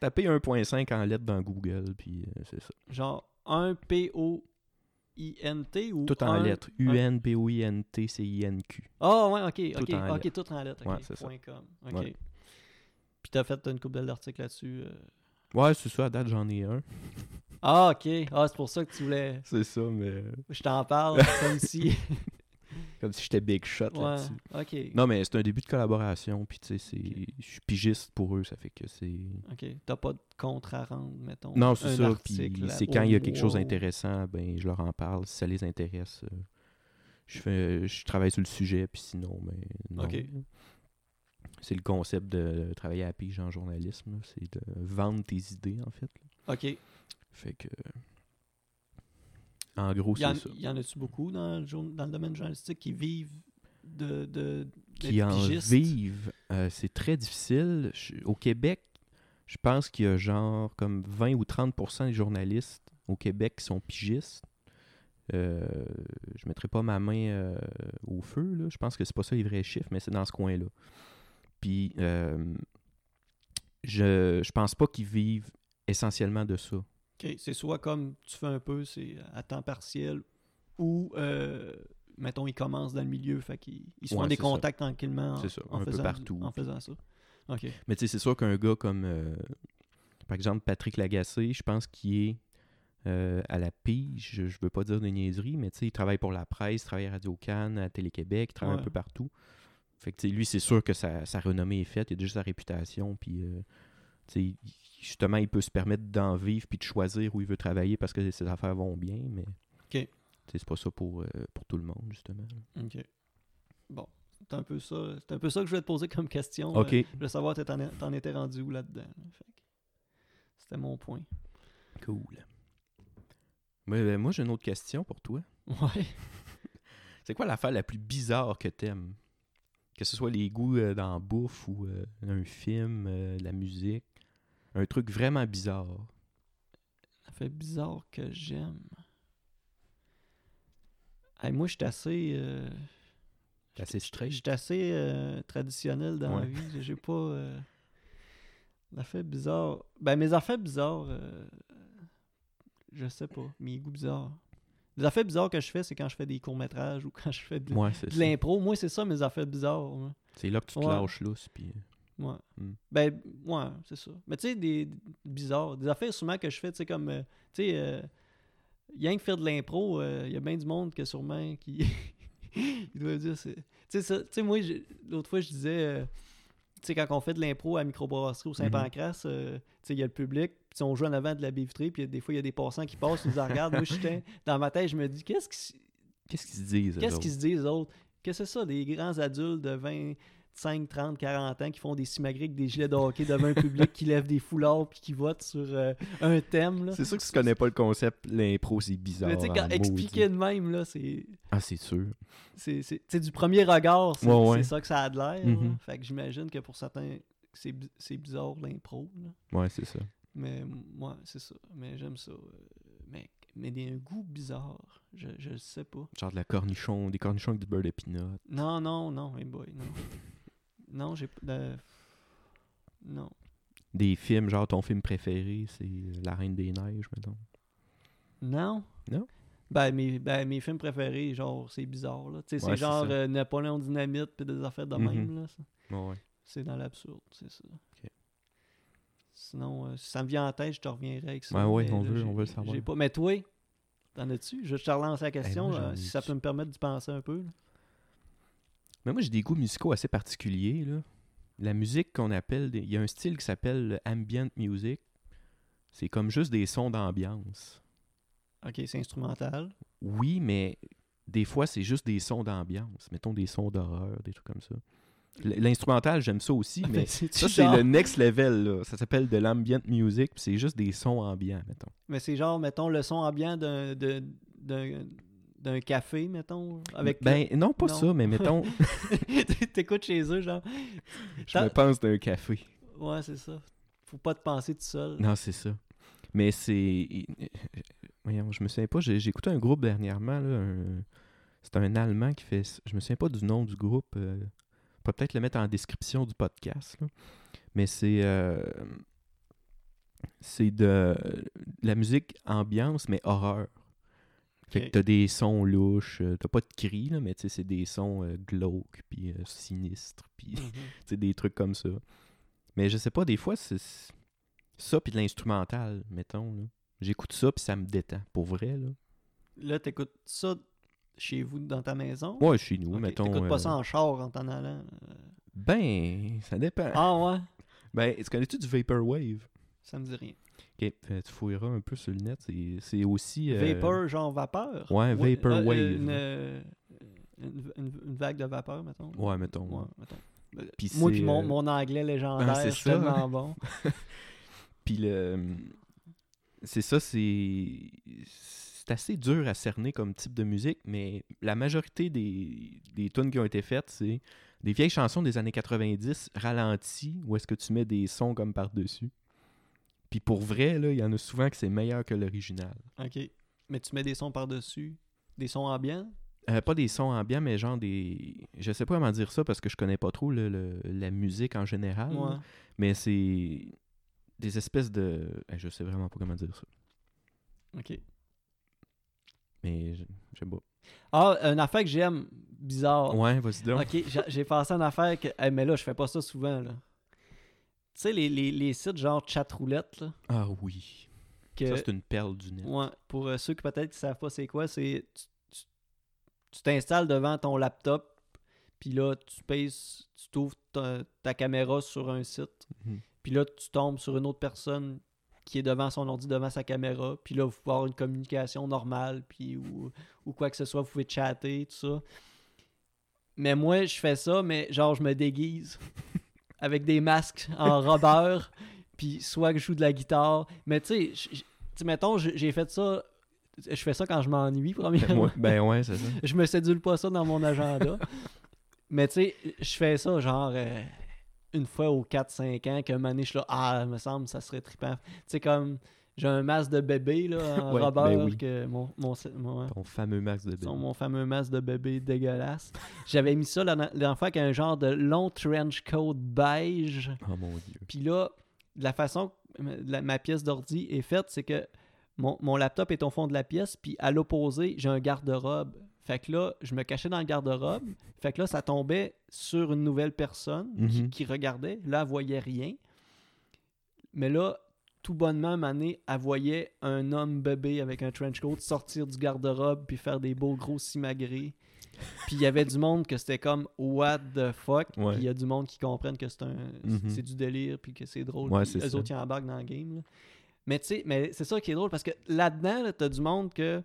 B: Tapez 1.5 en lettres dans Google, puis euh, c'est ça.
A: Genre 1 P-O-I-N-T ou
B: Tout en
A: un-
B: lettres. U-N-P-O-I-N-T-C-I-N-Q.
A: Ah ouais, ok,
B: Tout
A: ok,
B: en
A: ok,
B: lettres.
A: tout en lettres.
B: Ouais,
A: ok,
B: c'est ça.
A: point .com. Ok.
B: Ouais.
A: Puis t'as fait une couple d'articles là-dessus. euh.
B: Ouais, c'est ça, à date, j'en ai un.
A: Ah, ok. Ah, c'est pour ça que tu voulais.
B: C'est ça, mais euh,
A: Je t'en parle comme si.
B: comme si j'étais big shot
A: ouais,
B: là-dessus.
A: ok.
B: Non, mais c'est un début de collaboration, puis tu sais, c'est...
A: Ok.
B: je suis pigiste pour eux, ça fait que c'est...
A: Ok. T'as pas de compte à rendre, mettons.
B: Non, c'est
A: un
B: ça,
A: article
B: puis
A: là-
B: c'est quand il y a quelque chose
A: Wow.
B: d'intéressant, ben je leur en parle, si ça les intéresse, euh, je, fais, je travaille sur le sujet, puis sinon, ben non.
A: Ok.
B: C'est le concept de travailler à la pige en journalisme, là, c'est de vendre tes idées, en fait. là.
A: Ok.
B: Fait que... En gros,
A: Il y en,
B: c'est ça.
A: il y en a-tu beaucoup dans le, jour- dans le domaine journalistique qui vivent de. de d'être
B: qui en
A: pigistes?
B: vivent, euh, c'est très difficile. Je- au Québec, je pense qu'il y a genre comme 20 ou 30 des journalistes au Québec qui sont pigistes. Euh, je mettrai pas ma main euh, au feu, là. je pense que c'est pas ça les vrais chiffres, mais c'est dans ce coin-là. Puis, euh, je, je pense pas qu'ils vivent essentiellement de ça.
A: OK, c'est soit comme tu fais un peu, c'est à temps partiel, ou, euh, mettons, ils commencent dans le milieu, fait qu'ils ils se font
B: Ouais,
A: des
B: c'est ça.
A: contacts tranquillement en,
B: C'est ça,
A: en
B: un peu
A: faisant,
B: partout,
A: en
B: puis-
A: faisant ça. OK,
B: Mais tu sais, c'est sûr qu'un gars comme, euh, par exemple, Patrick Lagacé, je pense qu'il est euh, à la pige, je, je veux pas dire de niaiserie, mais tu sais, il travaille pour la presse, il travaille à Radio-Can, à Télé-Québec, il travaille
A: Ouais.
B: un peu partout. Fait que tu sais, lui, c'est sûr que sa, sa renommée est faite, il a déjà sa réputation, puis euh, tu sais, il- justement, il peut se permettre d'en vivre puis de choisir où il veut travailler parce que ses affaires vont bien, mais tu sais, c'est pas ça pour, euh, pour tout le monde, justement.
A: OK. Bon, c'est un peu ça, c'est un peu ça que je voulais te poser comme question.
B: OK,
A: Euh, je voulais savoir, t'es- t'en es- t'en étais rendu où là-dedans? là. Fait que C'était mon point.
B: cool. Mais, ben, moi, j'ai une autre question pour toi.
A: Ouais.
B: C'est quoi l'affaire la plus bizarre que t'aimes? Que ce soit les goûts euh, dans la bouffe ou euh, un film, euh, la musique. Un truc vraiment bizarre.
A: Ça fait bizarre que j'aime. Hey, moi, je suis assez. euh,
B: T'es assez straight.
A: J'étais assez euh, traditionnel dans la
B: Ouais.
A: vie. J'ai pas. Euh, d'affaires bizarres. Ben, mes affaires bizarres, euh, je sais pas. Mes goûts bizarres. Les affaires bizarres que je fais, c'est quand je fais des courts-métrages ou quand je fais de,
B: Ouais, c'est
A: de
B: ça.
A: l'impro. Moi, c'est ça, mes affaires bizarres. moi.
B: C'est là que tu te
A: Ouais.
B: lâches lousse, puis euh,
A: Ouais.
B: Hmm.
A: Ben, ouais, c'est ça. Mais tu sais, des, des bizarres, des affaires souvent que je fais, tu sais, comme, euh, tu sais, euh, rien que faire de l'impro, il y a bien du monde que sûrement qui. il doit dire, c'est. Tu sais, ça- tu sais, moi, j'ai- l'autre fois, je disais, euh, tu sais, quand on fait de l'impro à microbrasserie
B: Mm-hmm.
A: au Saint-Pancras, euh, tu sais, il y a le public, puis on joue en avant de la baie vitrée, puis il y a- des fois, il y a des passants qui passent, ils nous en regardent. moi, j'étais dans ma tête, je me dis, qu'est-ce qui.
B: qu'est-ce qu'ils se disent? eux
A: Qu'est-ce
B: autres?
A: qu'ils se disent, eux autres? Qu'est-ce que c'est ça, des grands adultes de 25, 30, 40 ans qui font des simagrées avec des gilets de hockey devant un public qui lève des foulards puis qui vote sur euh, un thème, là?
B: C'est sûr que tu connais pas le concept, l'impro, c'est bizarre.
A: Mais tu sais,
B: en
A: quand
B: maudit.
A: expliquer de même, là, c'est...
B: Ah, c'est sûr.
A: c'est- c'est- tu sais, du premier regard, c'est
B: Ouais, ouais.
A: c'est ça que ça a de l'air.
B: Mhm.
A: là. Fait que j'imagine que pour certains, c'est bi- c'est bizarre l'impro, là.
B: Ouais, c'est ça.
A: Mais moi, c'est ça. Mais j'aime ça. Euh, Mais, mais des goûts bizarres, je, je le sais pas.
B: Genre de la cornichon, des cornichons avec du beurre de pinot.
A: Non, non, non, hey boy, non. non, j'ai pas. de- Non.
B: Des films, genre ton film préféré, c'est euh, La Reine des Neiges, mettons.
A: Non?
B: Non?
A: Ben mes, ben, mes films préférés, genre, c'est bizarre, là. Tu sais,
B: Ouais,
A: c'est
B: c'est
A: genre
B: ça.
A: euh, Napoléon Dynamite puis des affaires de
B: Mhm.
A: même, là. ça.
B: Ouais.
A: C'est dans l'absurde, c'est ça. Sinon, euh, si ça me vient en tête, je te reviendrai avec ça.
B: Ouais, ouais,
A: mais
B: Ben on
A: là,
B: veut-
A: j'ai-
B: on veut le savoir. Ben,
A: j'ai Pas... Mais toi, t'en as-tu? Je te relance la question,
B: moi, j'en
A: euh,
B: ai
A: si ça
B: du-
A: peut me permettre d'y penser un peu. là.
B: Mais moi, j'ai des goûts musicaux assez particuliers, là. La musique qu'on appelle... des- Il y a un style qui s'appelle le ambient music. C'est comme juste des sons d'ambiance.
A: OK, c'est instrumental.
B: Oui, mais des fois, c'est juste des sons d'ambiance. Mettons des sons d'horreur, des trucs comme ça. L- L'instrumental, j'aime ça aussi, mais
A: c'est-tu
B: ça, c'est
A: genre-
B: le next level. Là. Ça s'appelle de l'ambient music, puis c'est juste des sons ambiants, mettons.
A: Mais c'est genre, mettons, le son ambiant d'un, d'un, d'un, d'un café, mettons. Avec
B: ben, non, pas
A: non.
B: ça, mais mettons,
A: T'écoutes chez eux, genre.
B: je
A: T'as-
B: me pense d'un café.
A: Ouais, c'est ça. Faut pas te penser tout seul.
B: Non, c'est ça. Mais c'est. Voyons, je me souviens pas. J'ai j'ai écouté un groupe dernièrement. là, un- C'est un Allemand qui fait. s- Je me souviens pas du nom du groupe. euh, On peut peut-être le mettre en description du podcast. là. Mais c'est. euh, C'est de de la musique ambiance, mais horreur. Fait
A: Ok.
B: que t'as des sons louches, euh, t'as pas de cris, là, mais tu sais, c'est des sons euh, glauques, puis euh, sinistres, puis
A: Mhm.
B: tu sais, des trucs comme ça. Mais je sais pas, des fois, c'est c'est ça puis de l'instrumental, mettons. là. J'écoute ça puis ça me détend, pour vrai. Là.
A: Là, t'écoutes ça chez vous, dans ta maison.
B: Ouais, chez nous,
A: Ok,
B: mettons.
A: T'écoutes pas
B: euh,
A: ça en char en t'en allant. euh.
B: Ben, ça dépend.
A: Ah ouais?
B: Ben, tu connais-tu du Vaporwave?
A: Ça me dit rien.
B: Ok, euh, tu fouilleras un peu sur le net. c'est- C'est aussi... euh,
A: Vapor, genre vapeur?
B: Ouais,
A: euh,
B: vaporwave.
A: Une, euh, une, une- une vague de vapeur, mettons.
B: Ouais, mettons.
A: Ouais, mettons. Euh,
B: Puis
A: Moi,
B: c'est,
A: puis mon,
B: euh,
A: mon anglais légendaire,
B: Ah, c'est
A: c'est
B: ça.
A: tellement bon.
B: Puis le... C'est ça, c'est... C'est assez dur à cerner comme type de musique, mais la majorité des, des tunes qui ont été faites, c'est des vieilles chansons des années 90 ralenties, où est-ce que tu mets des sons comme par-dessus. Puis pour vrai, là, il y en a souvent que c'est meilleur que l'original.
A: OK. Mais tu mets des sons par-dessus, des sons ambiants.
B: Euh, pas des sons ambiants, mais genre des... Je sais pas comment dire ça, parce que je connais pas trop le- le- la musique en général, là.
A: Ouais.
B: mais c'est des espèces de... eh, Je sais vraiment pas comment dire ça.
A: OK.
B: Mais je je sais pas.
A: Ah, une affaire que j'aime, bizarre.
B: Ouais, vas-y donc.
A: OK, j'a- j'ai pensé à une affaire que... eh, mais là, je fais pas ça souvent, là. Tu sais, les, les, les sites genre chatroulette, là,
B: Ah oui.
A: que...
B: Ça, c'est une perle du net.
A: Ouais, pour euh, ceux qui peut-être qui savent pas c'est quoi, c'est tu- tu- tu t'installes devant ton laptop, puis là tu pèses, tu t'ouvres ta, ta caméra sur un site,
B: Mhm.
A: puis là tu tombes sur une autre personne qui est devant son ordi, devant sa caméra, puis là vous pouvez avoir une communication normale, puis ou, ou quoi que ce soit, vous pouvez chatter, tout ça. Mais moi je fais ça, mais genre je me déguise avec des masques en robeur, puis soit que je joue de la guitare, mais tu sais, je- je- tu sais, mettons, j'ai j'ai fait ça, je fais ça quand je m'ennuie,
B: Ben
A: premièrement
B: ouais, ben ouais, c'est ça.
A: je me sédule pas ça dans mon agenda. Mais tu sais, je fais ça genre euh, une fois aux 4-5 ans, qu'un moment donné, je suis là, ah, me semble, ça serait trippant. Tu sais, comme, J'ai un masque de bébé, là, en
B: Ouais,
A: rubber,
B: ben oui.
A: que mon, mon, mon- hein.
B: Ton fameux max de bébé.
A: son- mon fameux masque de bébé dégueulasse. J'avais mis ça l'an- l'enfant avec un genre de long trench coat beige.
B: Oh mon dieu.
A: Puis là, de la façon que ma- la- ma pièce d'ordi est faite, c'est que mon, mon laptop est au fond de la pièce, puis à l'opposé, j'ai un garde-robe. Fait que là, je me cachais dans le garde-robe. Fait que là, ça tombait sur une nouvelle personne qui-
B: Mhm.
A: qui, regardait. Là, elle voyait rien. Mais là, tout bonnement, Mané, elle voyait un homme bébé avec un trench coat sortir du garde-robe puis faire des beaux gros simagrés. Puis il y avait du monde que c'était comme What the fuck? Puis
B: Ouais.
A: il y a du monde qui comprennent que c'est un
B: Mhm.
A: c'est du délire puis que c'est drôle.
B: Ouais,
A: puis
B: c'est
A: eux
B: ça.
A: autres, ils embarquent dans le game. là. Mais tu sais, mais c'est ça qui est drôle parce que là-dedans, là, t'as du monde que.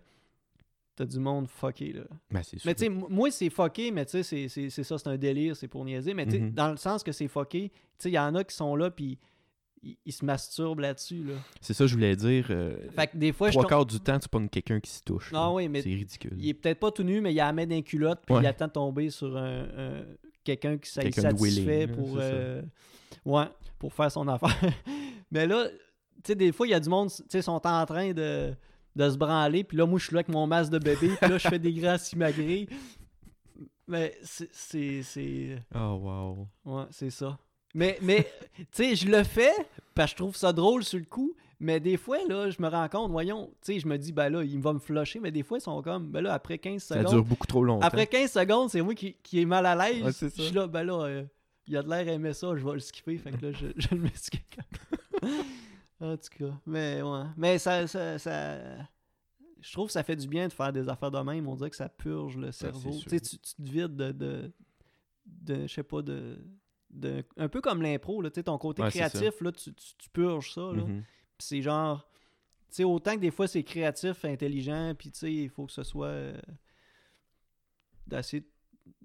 A: T'as du monde fucké, là.
B: Ben, c'est sûr.
A: Mais tu sais, m- moi, c'est fucké, mais tu sais, c'est- c'est c'est ça, c'est un délire, c'est pour niaiser. Mais tu sais,
B: Mhm.
A: dans le sens que c'est fucké, tu sais, il y en a qui sont là, puis ils, ils se masturbent là-dessus, là.
B: C'est ça, je voulais dire. euh,
A: Fait que des fois, je
B: trois
A: tombe-
B: quarts du temps, tu pognes quelqu'un qui se touche.
A: Ah
B: là.
A: oui, mais
B: C'est ridicule.
A: il est peut-être pas tout nu, mais il a la main d'un culotte, puis
B: Ouais.
A: il attend de tomber sur un, un- quelqu'un qui s'est
B: Quelqu'un de
A: satisfait
B: willing, là,
A: pour,
B: c'est ça.
A: euh, ouais, pour faire son affaire. mais là, tu sais, des fois, il y a du monde, tu sais, sont en train de, de se branler, puis là, moi, je suis là avec mon masque de bébé, puis là, je fais des grands simagrés. Mais c'est- c'est. c'est-
B: Oh wow.
A: Ouais, c'est ça. Mais, mais tu sais, je le fais parce que je trouve ça drôle sur le coup. Mais des fois, là, je me rends compte, voyons, tu sais, je me dis, ben là, il va me flusher, mais des fois, ils sont comme, ben là, après 15
B: Ça
A: secondes,
B: dure beaucoup trop longtemps.
A: après 15 secondes, c'est moi qui, qui est mal à l'aise.
B: Ouais, c'est
A: je
B: ça.
A: suis là, ben là, euh, il a de l'air aimé ça, je vais le skipper. Fait que là, je, je le mets skip. en tout cas, mais ouais. Mais ça, ça, ça- Je trouve que ça fait du bien de faire des affaires de même. On dirait que ça purge le cerveau.
B: Ben,
A: tu
B: sûr.
A: sais, tu tu te vides de. de, de- je sais pas, de. de- un peu comme l'impro, là, tu sais, ton côté
B: Ouais, c'est ça.
A: créatif, là, tu, tu- tu purges ça. Là.
B: Mhm.
A: Puis c'est genre. Tu sais, autant que des fois c'est créatif, intelligent, puis tu sais, il faut que ce soit. euh, d'essayer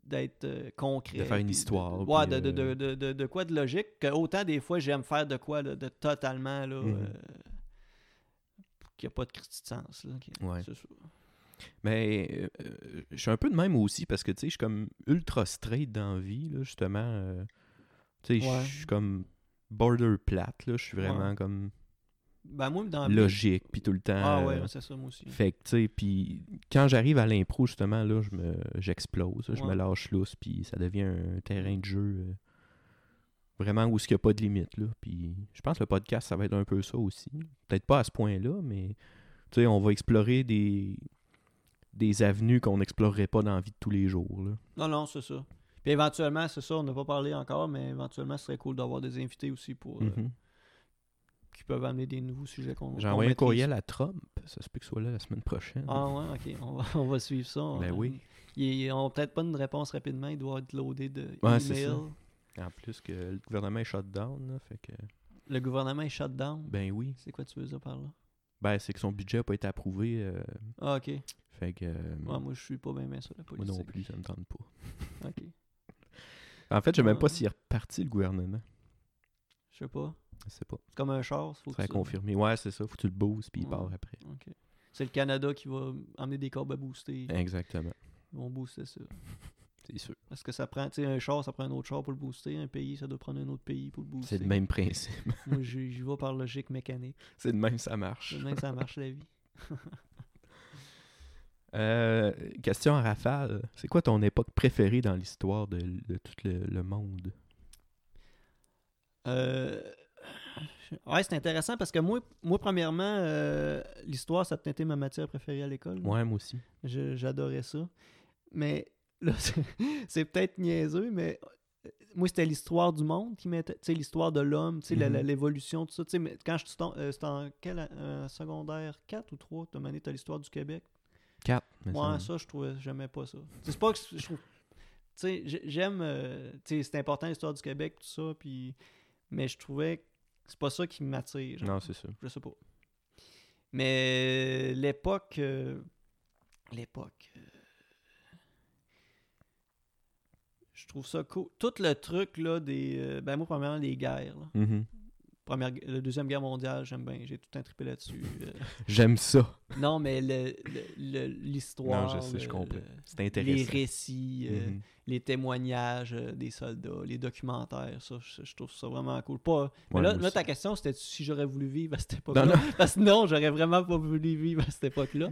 A: d'être euh, concret.
B: De faire une
A: puis
B: histoire,
A: ouais,
B: puis,
A: de, de, de,
B: euh,
A: de, de- de quoi de logique, que autant des fois j'aime faire de quoi là, de totalement. là euh,
B: Mhm.
A: qui a pas de critique de sens. Là, qui-
B: Ouais.
A: c'est ça.
B: Mais euh, euh, je suis un peu de même aussi parce que tu sais, je suis comme ultra straight dans la vie, là, justement. euh, tu sais,
A: Ouais.
B: je suis comme border plate, là. Je suis vraiment comme
A: Ben, moi, dans
B: logique, puis tout le temps.
A: Ah ouais,
B: euh,
A: ben, c'est ça, moi aussi.
B: fait que, tu sais, puis quand j'arrive à l'impro, justement, là, je me, j'explose, je
A: Ouais.
B: me lâche lousse, puis ça devient un terrain de jeu euh, vraiment où il n'y a pas de limite, là. Puis je pense que le podcast, ça va être un peu ça aussi. Peut-être pas à ce point-là, mais, tu sais, on va explorer des, des avenues qu'on n'explorerait pas dans la vie de tous les jours, là.
A: Non, non, c'est ça. Puis éventuellement, c'est ça, on n'a pas parlé encore, mais éventuellement, ce serait cool d'avoir des invités aussi pour euh,
B: Mhm.
A: qui peuvent amener des nouveaux sujets qu'on
B: J'ai
A: qu'on
B: envoyé un
A: maîtrise
B: courriel à Trump, ça se peut que ce soit là la semaine prochaine.
A: Ah ouais, ok, on va, on va suivre ça.
B: Ben
A: On-
B: oui.
A: Il- il- on n'a peut-être pas une réponse rapidement, il doit être loadé de
B: Ouais, c'est
A: email.
B: ça. En plus que le gouvernement est shut down, là, fait que,
A: Le gouvernement est shut down.
B: ben oui.
A: C'est quoi tu veux dire par là?
B: Ben, c'est que son budget n'a pas été approuvé, euh,
A: Ah ok. Ouais,
B: fait que... euh,
A: moi je suis pas bien bien sur la
B: Moi
A: politique.
B: non plus, ça me tente pas.
A: Ok.
B: En fait, je sais même
A: Ah.
B: pas s'il est reparti le gouvernement.
A: Je sais pas.
B: Je sais pas.
A: C'est comme un char, faut
B: Ça
A: que
B: a
A: tu-
B: confirmé. Ouais, c'est ça. Faut que tu le boosts puis il
A: Ouais.
B: part après.
A: Ok. C'est le Canada qui va emmener des corbes à booster.
B: Ben. Exactement.
A: Ils vont booster ça.
B: C'est sûr.
A: Parce que ça prend, tu sais, un char, ça prend un autre char pour le booster. Un pays, ça doit prendre un autre pays pour le booster.
B: C'est le même principe.
A: Moi j'y j'y vais par logique mécanique.
B: C'est le même, ça marche.
A: C'est même que ça marche la vie.
B: Euh, question à rafale. C'est quoi ton époque préférée dans l'histoire de, de tout le, le monde?
A: Euh, Ouais, c'est intéressant parce que moi, moi premièrement, euh, l'histoire, ça a été ma matière préférée à l'école.
B: Ouais, moi aussi.
A: Je- J'adorais ça. Mais là, c'est- c'est peut-être niaiseux, mais euh, moi, c'était l'histoire du monde qui m'était. Tu sais, l'histoire de l'homme, tu sais, la- la-
B: Mhm.
A: l'évolution, tout ça. Tu sais, mais quand je suis tom- euh, c'était en quel an- euh, secondaire 4 ou 3, tu as l'histoire du Québec.
B: Quatre. me
A: Ouais,
B: semble.
A: ça, je trouvais, j'aimais pas ça. C'est pas que je trouve. Tu sais, j'ai- j'aime. euh, tu sais, c'est important l'histoire du Québec, tout ça, puis. Mais je trouvais que c'est pas ça qui m'attire. genre.
B: Non, c'est ça.
A: Je sais pas. Mais l'époque. euh, l'époque. euh, je trouve ça cool. Tout le truc, là, des. euh, ben, moi, premièrement, les guerres. là.
B: Mhm.
A: Première, gue- la Deuxième Guerre mondiale, j'aime bien. J'ai tout un trippé là-dessus. euh.
B: J'aime ça.
A: Non, mais le- le- le-
B: Non,
A: l'histoire.
B: je sais, je
A: le-
B: comprends.
A: le-
B: C'est
A: les
B: intéressant.
A: récits, euh,
B: Mhm.
A: les témoignages euh, des soldats, les documentaires, ça, je, je trouve ça vraiment cool. Pas... Mais
B: Ouais,
A: là,
B: moi
A: là,
B: aussi.
A: ta question, c'était si j'aurais voulu vivre à cette
B: Non,
A: époque-là.
B: non,
A: Parce que non, j'aurais vraiment pas voulu vivre à cette époque-là.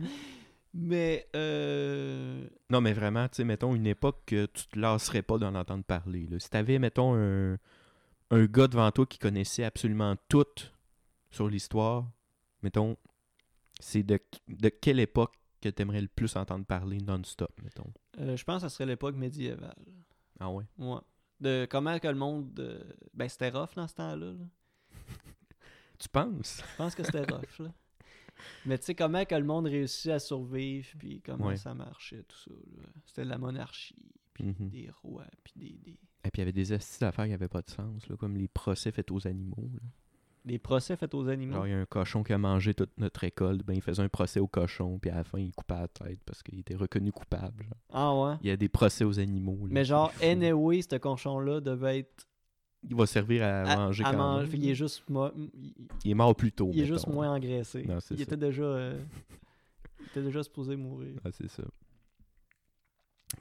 A: Mais euh,
B: non, mais vraiment, tu sais, mettons une époque que tu te lasserais pas d'en entendre parler. là. Si t'avais, mettons, un, un gars devant toi qui connaissait absolument tout sur l'histoire, mettons, c'est de, de quelle époque que t'aimerais le plus entendre parler non-stop, mettons.
A: euh, je pense que ça serait l'époque médiévale.
B: Ah ouais?
A: Ouais. De comment que le monde. euh, Ben, c'était rough dans ce temps-là. là.
B: Tu penses?
A: Je pense que c'était rough. là. Mais tu sais, comment que le monde réussit à survivre, puis comment
B: Ouais.
A: ça marchait, tout ça. là. C'était de la monarchie, puis
B: Mhm.
A: des rois, puis des, des,
B: Et puis il y avait des astuces d'affaires qui n'avaient pas de sens, là, comme les procès faits aux animaux. là.
A: des procès faits aux animaux.
B: Genre, il y a un cochon qui a mangé toute notre récolte, ben il faisait un procès au cochon, puis à la fin, il coupait la tête parce qu'il était reconnu coupable. genre.
A: Ah ouais.
B: Il y a des procès aux animaux. là,
A: Mais
B: c'est
A: genre,
B: fou.
A: anyway, ce cochon-là devait être.
B: Il va servir à,
A: à-
B: manger
A: à
B: quand
A: manger.
B: même.
A: Fait qu'il est juste, mo- il,
B: Il est mort plus tôt.
A: il est juste
B: mettons.
A: moins engraissé.
B: Non, c'est
A: il
B: ça.
A: était déjà. euh, il était déjà supposé mourir.
B: Ah, c'est ça.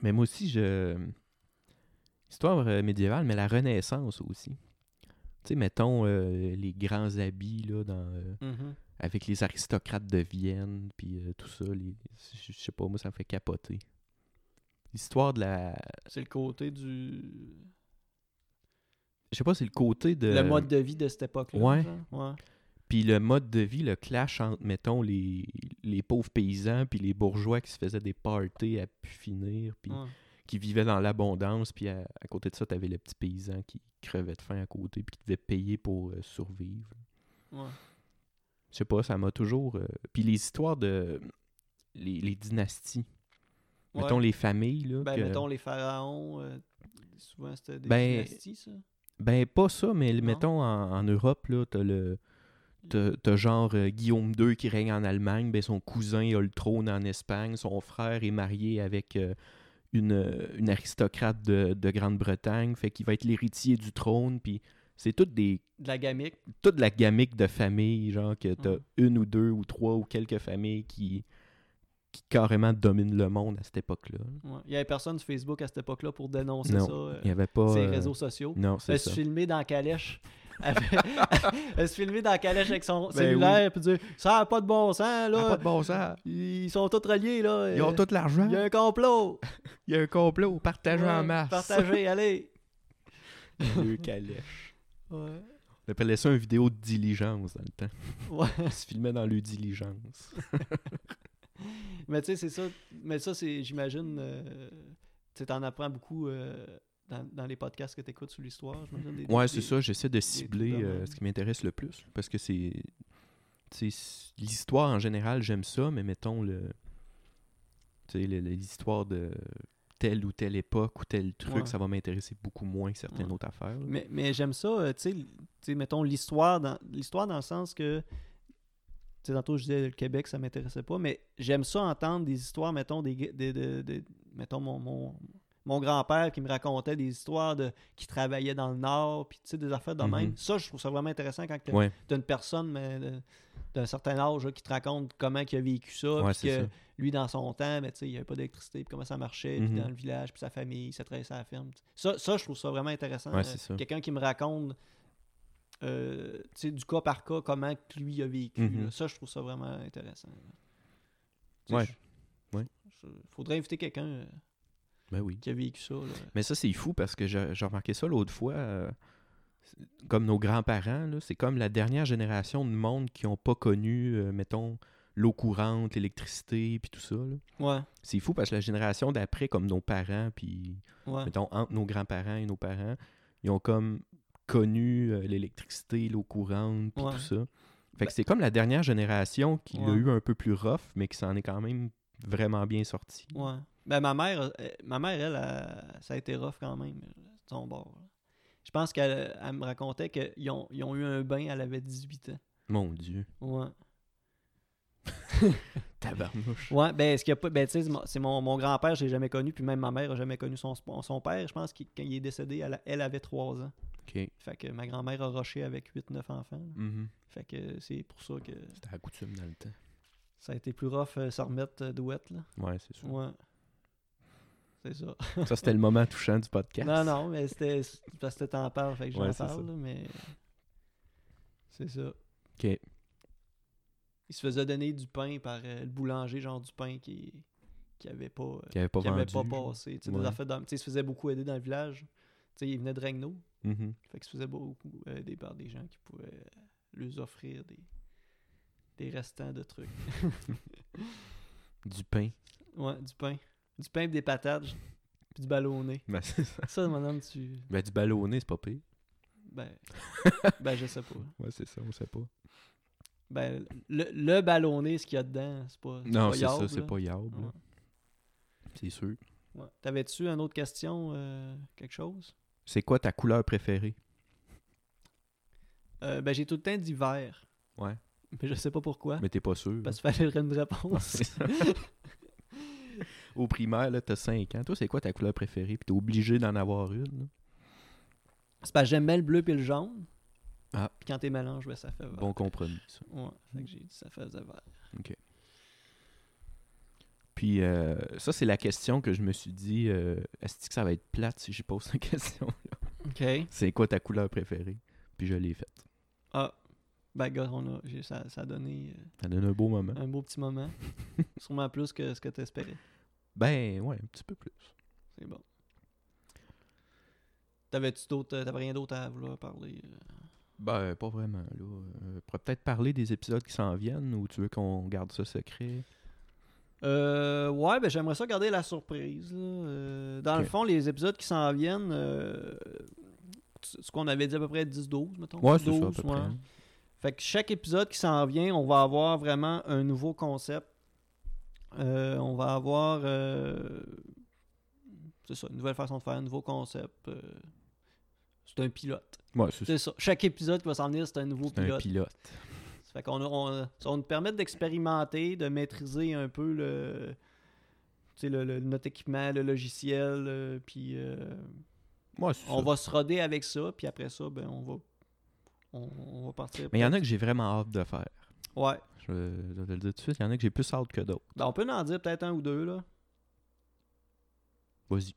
B: Mais moi aussi, je. Histoire euh, médiévale, mais la Renaissance aussi. Tu sais, mettons euh, les grands habits là, dans, euh,
A: Mhm.
B: avec les aristocrates de Vienne, puis euh, tout ça. les- Je je sais pas, moi, ça me fait capoter. L'histoire de la.
A: C'est le côté du.
B: Je sais pas, c'est le côté de.
A: Le mode de vie de cette époque-là.
B: Euh, Ouais.
A: genre. Ouais.
B: Puis le mode de vie, le clash entre, mettons, les, les pauvres paysans, puis les bourgeois qui se faisaient des parties à pu finir, puis
A: ouais.
B: qui vivaient dans l'abondance, puis à, à côté de ça, t'avais le petit paysan qui crevait de faim à côté, puis qui devait payer pour euh, survivre.
A: ouais.
B: Je sais pas, ça m'a toujours. euh, Puis les histoires de. Les, les dynasties.
A: Ouais.
B: Mettons les familles, là.
A: Ben,
B: que-
A: mettons les pharaons, euh, souvent c'était des
B: Ben,
A: dynasties, ça.
B: Ben, pas ça, mais
A: Non?
B: mettons en, en Europe, là, t'as le. T'as t'as genre euh, Guillaume II qui règne en Allemagne, ben son cousin a le trône en Espagne, son frère est marié avec euh, une, euh, une aristocrate de, de Grande-Bretagne, fait qu'il va être l'héritier du trône, puis c'est toutes des
A: De la gamique.
B: toute la gamique de famille, genre que t'as
A: Mhm.
B: une ou deux ou trois ou quelques familles qui, qui carrément dominent le monde à cette époque-là.
A: ouais. Il y avait personne sur Facebook à cette époque-là pour dénoncer
B: Non,
A: ça, euh,
B: Il n'y avait pas.
A: ces
B: euh,
A: réseaux sociaux. Ben,
B: Non,
A: Elle
B: c'est
A: se
B: ça.
A: filmer dans la calèche. Elle fait- elle se filmer dans la calèche avec son
B: Ben
A: cellulaire puis dire Ça n'a pas de bon sens,
B: Ah,
A: là.
B: pas de bon sens.
A: Ils sont tous reliés, là.
B: Ils ont
A: Euh,
B: tout l'argent.
A: Il y a un complot.
B: Il y a un complot. Partagez en
A: Ouais,
B: masse.
A: Partagez, allez.
B: Deux calèches.
A: Ouais.
B: On appelait ça une vidéo de diligence dans le temps.
A: Ouais.
B: On se filmait dans le diligence.
A: Mais tu sais, c'est ça. Mais ça, c'est, j'imagine, euh, tu sais, t'en apprends beaucoup euh, dans, dans les podcasts que t'écoutes sur l'histoire. j'imagine, des-
B: Ouais,
A: des-
B: c'est ça. J'essaie de cibler
A: trucs de
B: euh,
A: même.
B: ce qui m'intéresse le plus. Parce que c'est. tu sais, c- L'histoire en général, j'aime ça, mais mettons le. Tu sais, le- le- l'histoire de telle ou telle époque ou tel truc,
A: Ouais.
B: ça va m'intéresser beaucoup moins que certaines
A: Ouais.
B: autres affaires. là.
A: Mais, mais j'aime ça, euh, tu sais, l- tu sais, mettons l'histoire dans l'histoire dans le sens que tu sais tantôt je disais le Québec ça m'intéressait pas, mais j'aime ça entendre des histoires mettons des, gu- des- de- de- mettons mon, mon, mon grand-père qui me racontait des histoires de qui travaillait dans le nord puis tu sais des affaires de
B: Mhm.
A: même. Ça je trouve ça vraiment intéressant quand tu
B: Ouais,
A: as une personne mais, de- d'un certain âge là, qui te raconte comment il a vécu ça
B: ouais
A: puis
B: c'est
A: que
B: ça.
A: lui, dans son temps, ben, tu sais, il n'y avait pas d'électricité, puis comment ça marchait, puis
B: Mhm.
A: dans le village, puis sa famille, ça travaillait à la ferme. t'sais. Ça, ça, je trouve ça vraiment intéressant.
B: Ouais,
A: euh,
B: c'est ça.
A: Quelqu'un qui me raconte euh, tu sais, du cas par cas comment que lui a vécu.
B: Mhm.
A: là. Ça, je trouve ça vraiment intéressant. là. Tu sais,
B: Ouais.
A: je-
B: Ouais.
A: je- faudrait inviter quelqu'un euh,
B: Ben oui.
A: qui a vécu ça. là.
B: Mais ça, c'est fou parce que j'ai j'ai remarqué ça l'autre fois. euh, c'est- comme nos grands-parents, là, c'est comme la dernière génération de monde qui n'ont pas connu, euh, mettons, l'eau courante, l'électricité, puis tout ça. là.
A: Ouais,
B: C'est fou parce que la génération d'après, comme nos parents, puis
A: ouais.
B: mettons, entre nos grands-parents et nos parents, ils ont comme connu euh, l'électricité, l'eau courante, puis
A: Ouais. Ben
B: tout ça. Fait que c'est comme la dernière génération qui l'a
A: Ouais.
B: eu un peu plus rough, mais qui s'en est quand même vraiment bien sortie.
A: Ouais. Ben, ma mère, euh, ma mère elle, elle, ça a été rough quand même, euh, de son bord. là. Je pense qu'elle elle me racontait qu'ils ont, ils ont eu un bain, elle avait 18 ans.
B: Mon Dieu,
A: Ouais.
B: tabarnouche.
A: Ouais, ben, ce qu'il y a pas. Ben, tu sais, c'est mon- c'est mon, mon grand-père, je l'ai jamais connu, puis même ma mère a jamais connu son, son père. Je pense que quand il est décédé, elle, a- elle avait 3 ans.
B: OK.
A: Fait que ma grand-mère a rushé avec 8-9 enfants. là.
B: Mhm.
A: Fait que c'est pour ça que
B: C'était la coutume dans le temps.
A: Ça a été plus rough euh, s'en remettre euh, douette, là.
B: Ouais, c'est sûr.
A: Ouais. C'est ça.
B: Ça, c'était le moment touchant du podcast.
A: Non, non, mais c'était c'est parce que t'en parles, fait que j'en
B: Ouais, c'est
A: parle,
B: ça.
A: là, mais c'est ça.
B: OK.
A: Il se faisait donner du pain par euh, le boulanger, genre du pain qui qui avait pas euh,
B: Qui avait pas
A: qui avait
B: vendu.
A: pas passé. Tu sais, des
B: Ouais.
A: affaires dans- tu sais, il se faisait beaucoup aider dans le village. Tu sais, il venait de Regnault,
B: Mhm.
A: fait qu'il se faisait beaucoup aider par des gens qui pouvaient euh, lui offrir des des restants de trucs.
B: Du pain.
A: Ouais, du pain, du pain, pis des patates, puis du ballonné.
B: Ben, c'est ça.
A: Ça, mon homme, tu
B: Ben, du ballonné, c'est pas pire.
A: ben ben je sais pas.
B: Ouais, c'est ça, on sait pas.
A: Ben, le, le ballonné, ce qu'il y a dedans, c'est pas.
B: Non,
A: pas
B: c'est ça,
A: yable,
B: c'est
A: là.
B: pas yable.
A: Ouais.
B: là. C'est sûr.
A: Ouais. T'avais-tu une autre question, euh, quelque chose?
B: C'est quoi ta couleur préférée?
A: Euh, ben, j'ai tout le temps dit vert.
B: Ouais.
A: Mais je sais pas pourquoi.
B: Mais t'es pas sûr.
A: Ah.
B: hein.
A: Parce qu'il fallait une réponse.
B: C'est ça. Au primaire, là, t'as 5 ans. Toi, c'est quoi ta couleur préférée? Puis t'es obligé d'en avoir une. là.
A: c'est parce que j'aimais le bleu et le jaune.
B: Ah.
A: Puis quand t'es mélange, ben, ça fait vert.
B: Bon compromis, ça.
A: Ouais, fait que j'ai dit ça faisait vert.
B: Puis euh, ça, c'est la question que je me suis dit. euh, Est-ce que ça va être plate si j'y pose la question?
A: OK.
B: c'est quoi ta couleur préférée? Puis je l'ai faite.
A: Ah. Ben, gars, on a, j'ai- ça, ça a donné euh,
B: Ça donne un beau moment.
A: un beau petit moment. Sûrement plus que ce que t'espérais.
B: Ben, ouais, un petit peu plus.
A: C'est bon. T'avais-tu d'autres. euh, T'avais rien d'autre à vouloir parler? euh?
B: Ben, pas vraiment. Là. Euh, pourrait peut-être parler des épisodes qui s'en viennent ou tu veux qu'on garde ça secret?
A: Euh, ouais, ben j'aimerais ça garder la surprise. là. Euh, dans
B: Ok.
A: le fond, les épisodes qui s'en viennent, euh, ce qu'on avait dit à peu près 10-12, mettons.
B: Ouais, c'est ça, à
A: 12,
B: peu
A: ouais.
B: près.
A: Fait que chaque épisode qui s'en vient, on va avoir vraiment un nouveau concept. Euh, on va avoir, euh, c'est ça, une nouvelle façon de faire, un nouveau concept. euh, c'est un pilote.
B: Ouais, c'est ça.
A: C'est ça. Chaque épisode qui va s'en venir, c'est un nouveau
B: C'est un
A: pilote.
B: pilote.
A: Ça fait qu'on a- on, ça va nous permettre d'expérimenter, de maîtriser un peu le, tu sais, le- le- notre équipement, le logiciel, euh, puis euh,
B: Ouais, c'est
A: on
B: ça.
A: va se roder avec ça, puis après ça, ben, on va on, on va partir.
B: Mais il y en a que j'ai vraiment hâte de faire.
A: Ouais.
B: Je je vais te le dire tout de suite, il y en a que j'ai plus hâte que d'autres.
A: Ben, on peut en dire peut-être un ou deux, là.
B: Vas-y.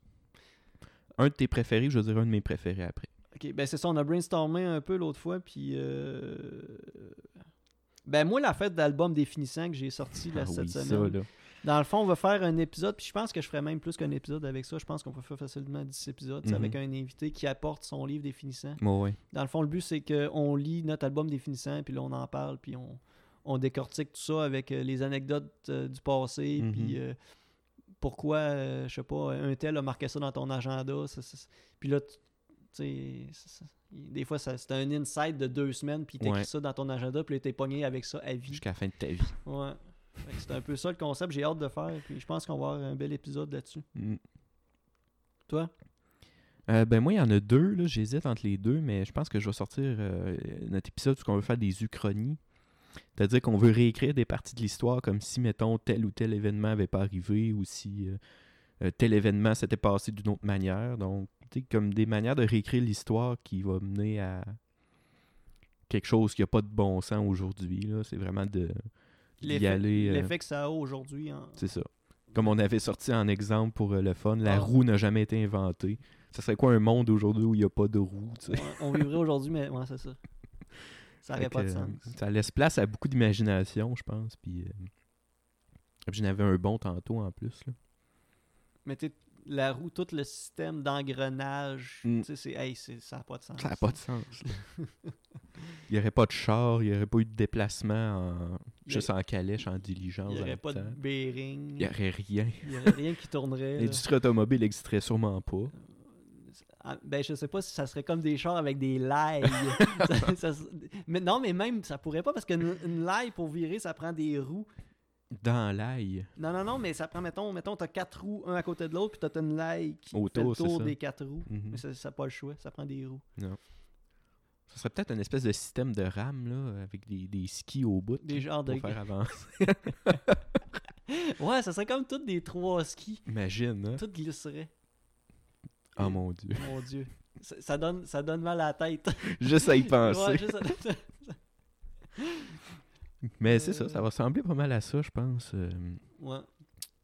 B: Un de tes préférés, je vais dire un de mes préférés après.
A: OK, ben c'est ça, on a brainstormé un peu l'autre fois, puis... euh, Ben moi, la fête d'album définissant que j'ai sorti là,
B: Ah
A: cette
B: oui,
A: semaine...
B: ça, là.
A: Dans le fond, on va faire un épisode, puis je pense que je ferais même plus qu'un épisode avec ça. Je pense qu'on peut faire facilement 10 épisodes tu sais,
B: Mhm.
A: avec un invité qui apporte son livre définissant.
B: Ouais, ouais.
A: Dans le fond, le but, c'est qu'on lit notre album définissant, puis là, on en parle, puis on, on décortique tout ça avec euh, les anecdotes euh, du passé,
B: Mhm.
A: puis euh, pourquoi, euh, je sais pas, un tel a marqué ça dans ton agenda. ça, ça, ça. Puis là, tu tu sais, ça, ça, des fois, ça- c'est un insight de deux semaines, puis t'écris
B: Ouais.
A: ça dans ton agenda, puis là, t'es pogné avec ça à vie.
B: Jusqu'à la fin de ta vie.
A: Ouais. Fait que C'est un peu ça le concept. J'ai hâte de faire. Puis je pense qu'on va avoir un bel épisode là-dessus.
B: Mm.
A: Toi?
B: Euh, ben moi, il y en a deux, là. J'hésite entre les deux, mais je pense que je vais sortir euh, notre épisode où on veut faire des uchronies. C'est-à-dire qu'on veut réécrire des parties de l'histoire comme si, mettons, tel ou tel événement n'avait pas arrivé ou si euh, euh, tel événement s'était passé d'une autre manière. Donc, tu sais, comme des manières de réécrire l'histoire qui va mener à quelque chose qui n'a pas de bon sens aujourd'hui. là. C'est vraiment de d'y
A: L'effet
B: aller. euh,
A: l'effet que ça a aujourd'hui. en-
B: c'est ça. Comme on avait sorti en exemple pour euh, le fun, la
A: Ah.
B: roue n'a jamais été inventée. Ça serait quoi un monde aujourd'hui où il n'y a pas de roue, tu sais?
A: Ouais, on vivrait aujourd'hui, mais ouais, c'est ça. Ça
B: Fait
A: n'aurait pas de
B: que, euh,
A: sens.
B: Ça laisse place à beaucoup d'imagination, je pense. Puis, euh, puis j'en avais un bon tantôt en plus. là.
A: Mais tu sais, la roue, tout le système d'engrenage,
B: Mm.
A: tu sais, c'est, hey, c'est- Ah, ça n'a pas de sens.
B: Ça n'a pas de sens. là. il n'y aurait pas de char, il n'y aurait pas eu de déplacement en-
A: Il y
B: juste
A: a-
B: en calèche, en diligence.
A: Il n'y
B: en
A: aurait pas de
B: temps.
A: bearing.
B: Il n'y aurait rien.
A: Il n'y aurait rien qui tournerait. là.
B: L'industrie automobile n'existerait sûrement pas.
A: Ah, Ben, je sais pas si ça serait comme des chars avec des lailles. Ça- ça se- mais non, mais même, ça pourrait pas parce qu'une une laille pour virer, ça prend des roues.
B: Dans l'ail.
A: Non, non, non, mais ça prend, mettons, mettons t'as quatre roues, un à côté de l'autre, puis t'as une laille qui
B: Autour,
A: fait le
B: c'est
A: tour
B: ça.
A: des quatre roues.
B: Mhm.
A: Mais ça, ça a pas le choix, ça prend des roues.
B: Ça serait peut-être une espèce de système de rame, là, avec des, des skis au bout.
A: Des genres de.
B: pour faire avancer.
A: Ouais, ça serait comme toutes des trois skis.
B: Imagine, hein?
A: Tout glisserait.
B: Oh mon dieu.
A: Mon Dieu. Ça, ça donne,
B: Ah,
A: ça donne mal à la tête.
B: Juste à y penser.
A: Ouais, juste- euh,
B: Mais c'est ça, ça va ressembler pas mal à ça, je pense. Euh,
A: Ouais.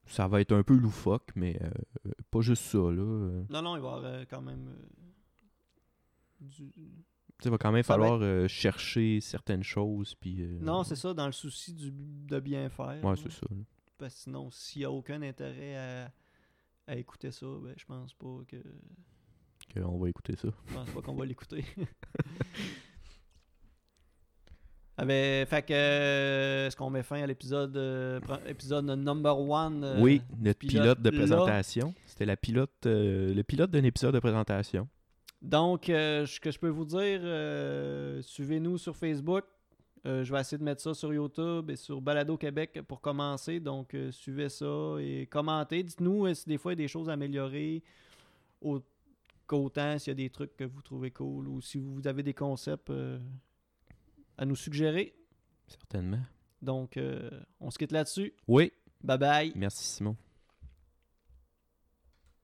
B: ça va être un peu loufoque, mais euh, euh, pas juste ça, là. Euh,
A: Non, non, il va y avoir euh, quand même euh, du...
B: tu sais, va quand même
A: Ça va
B: falloir euh, chercher certaines choses, puis... euh,
A: Non, c'est ça, dans le souci du, de bien faire.
B: Ouais,
A: là.
B: c'est ça. là.
A: Parce que sinon, s'il n'y a aucun intérêt à, à écouter ça, ben, je pense pas que je
B: Que on va écouter ça.
A: pense pas qu'on va l'écouter. Ah ben, fait que euh, est-ce qu'on met fin à l'épisode euh, pre- épisode number one euh,
B: oui, notre pilote, de
A: pilote-là.
B: présentation. C'était la pilote, euh, le pilote d'un épisode de présentation.
A: Donc, euh, ce que je peux vous dire, euh, suivez-nous sur Facebook. Euh, je vais essayer de mettre ça sur YouTube et sur Balado Québec pour commencer. Donc, euh, suivez ça et commentez. Dites-nous euh, si des fois il y a des choses à améliorer. Au- Qu'autant s'il y a des trucs que vous trouvez cool ou si vous avez des concepts euh, à nous suggérer.
B: Certainement.
A: Donc, euh, on se quitte là-dessus.
B: Oui,
A: Bye bye.
B: merci Simon.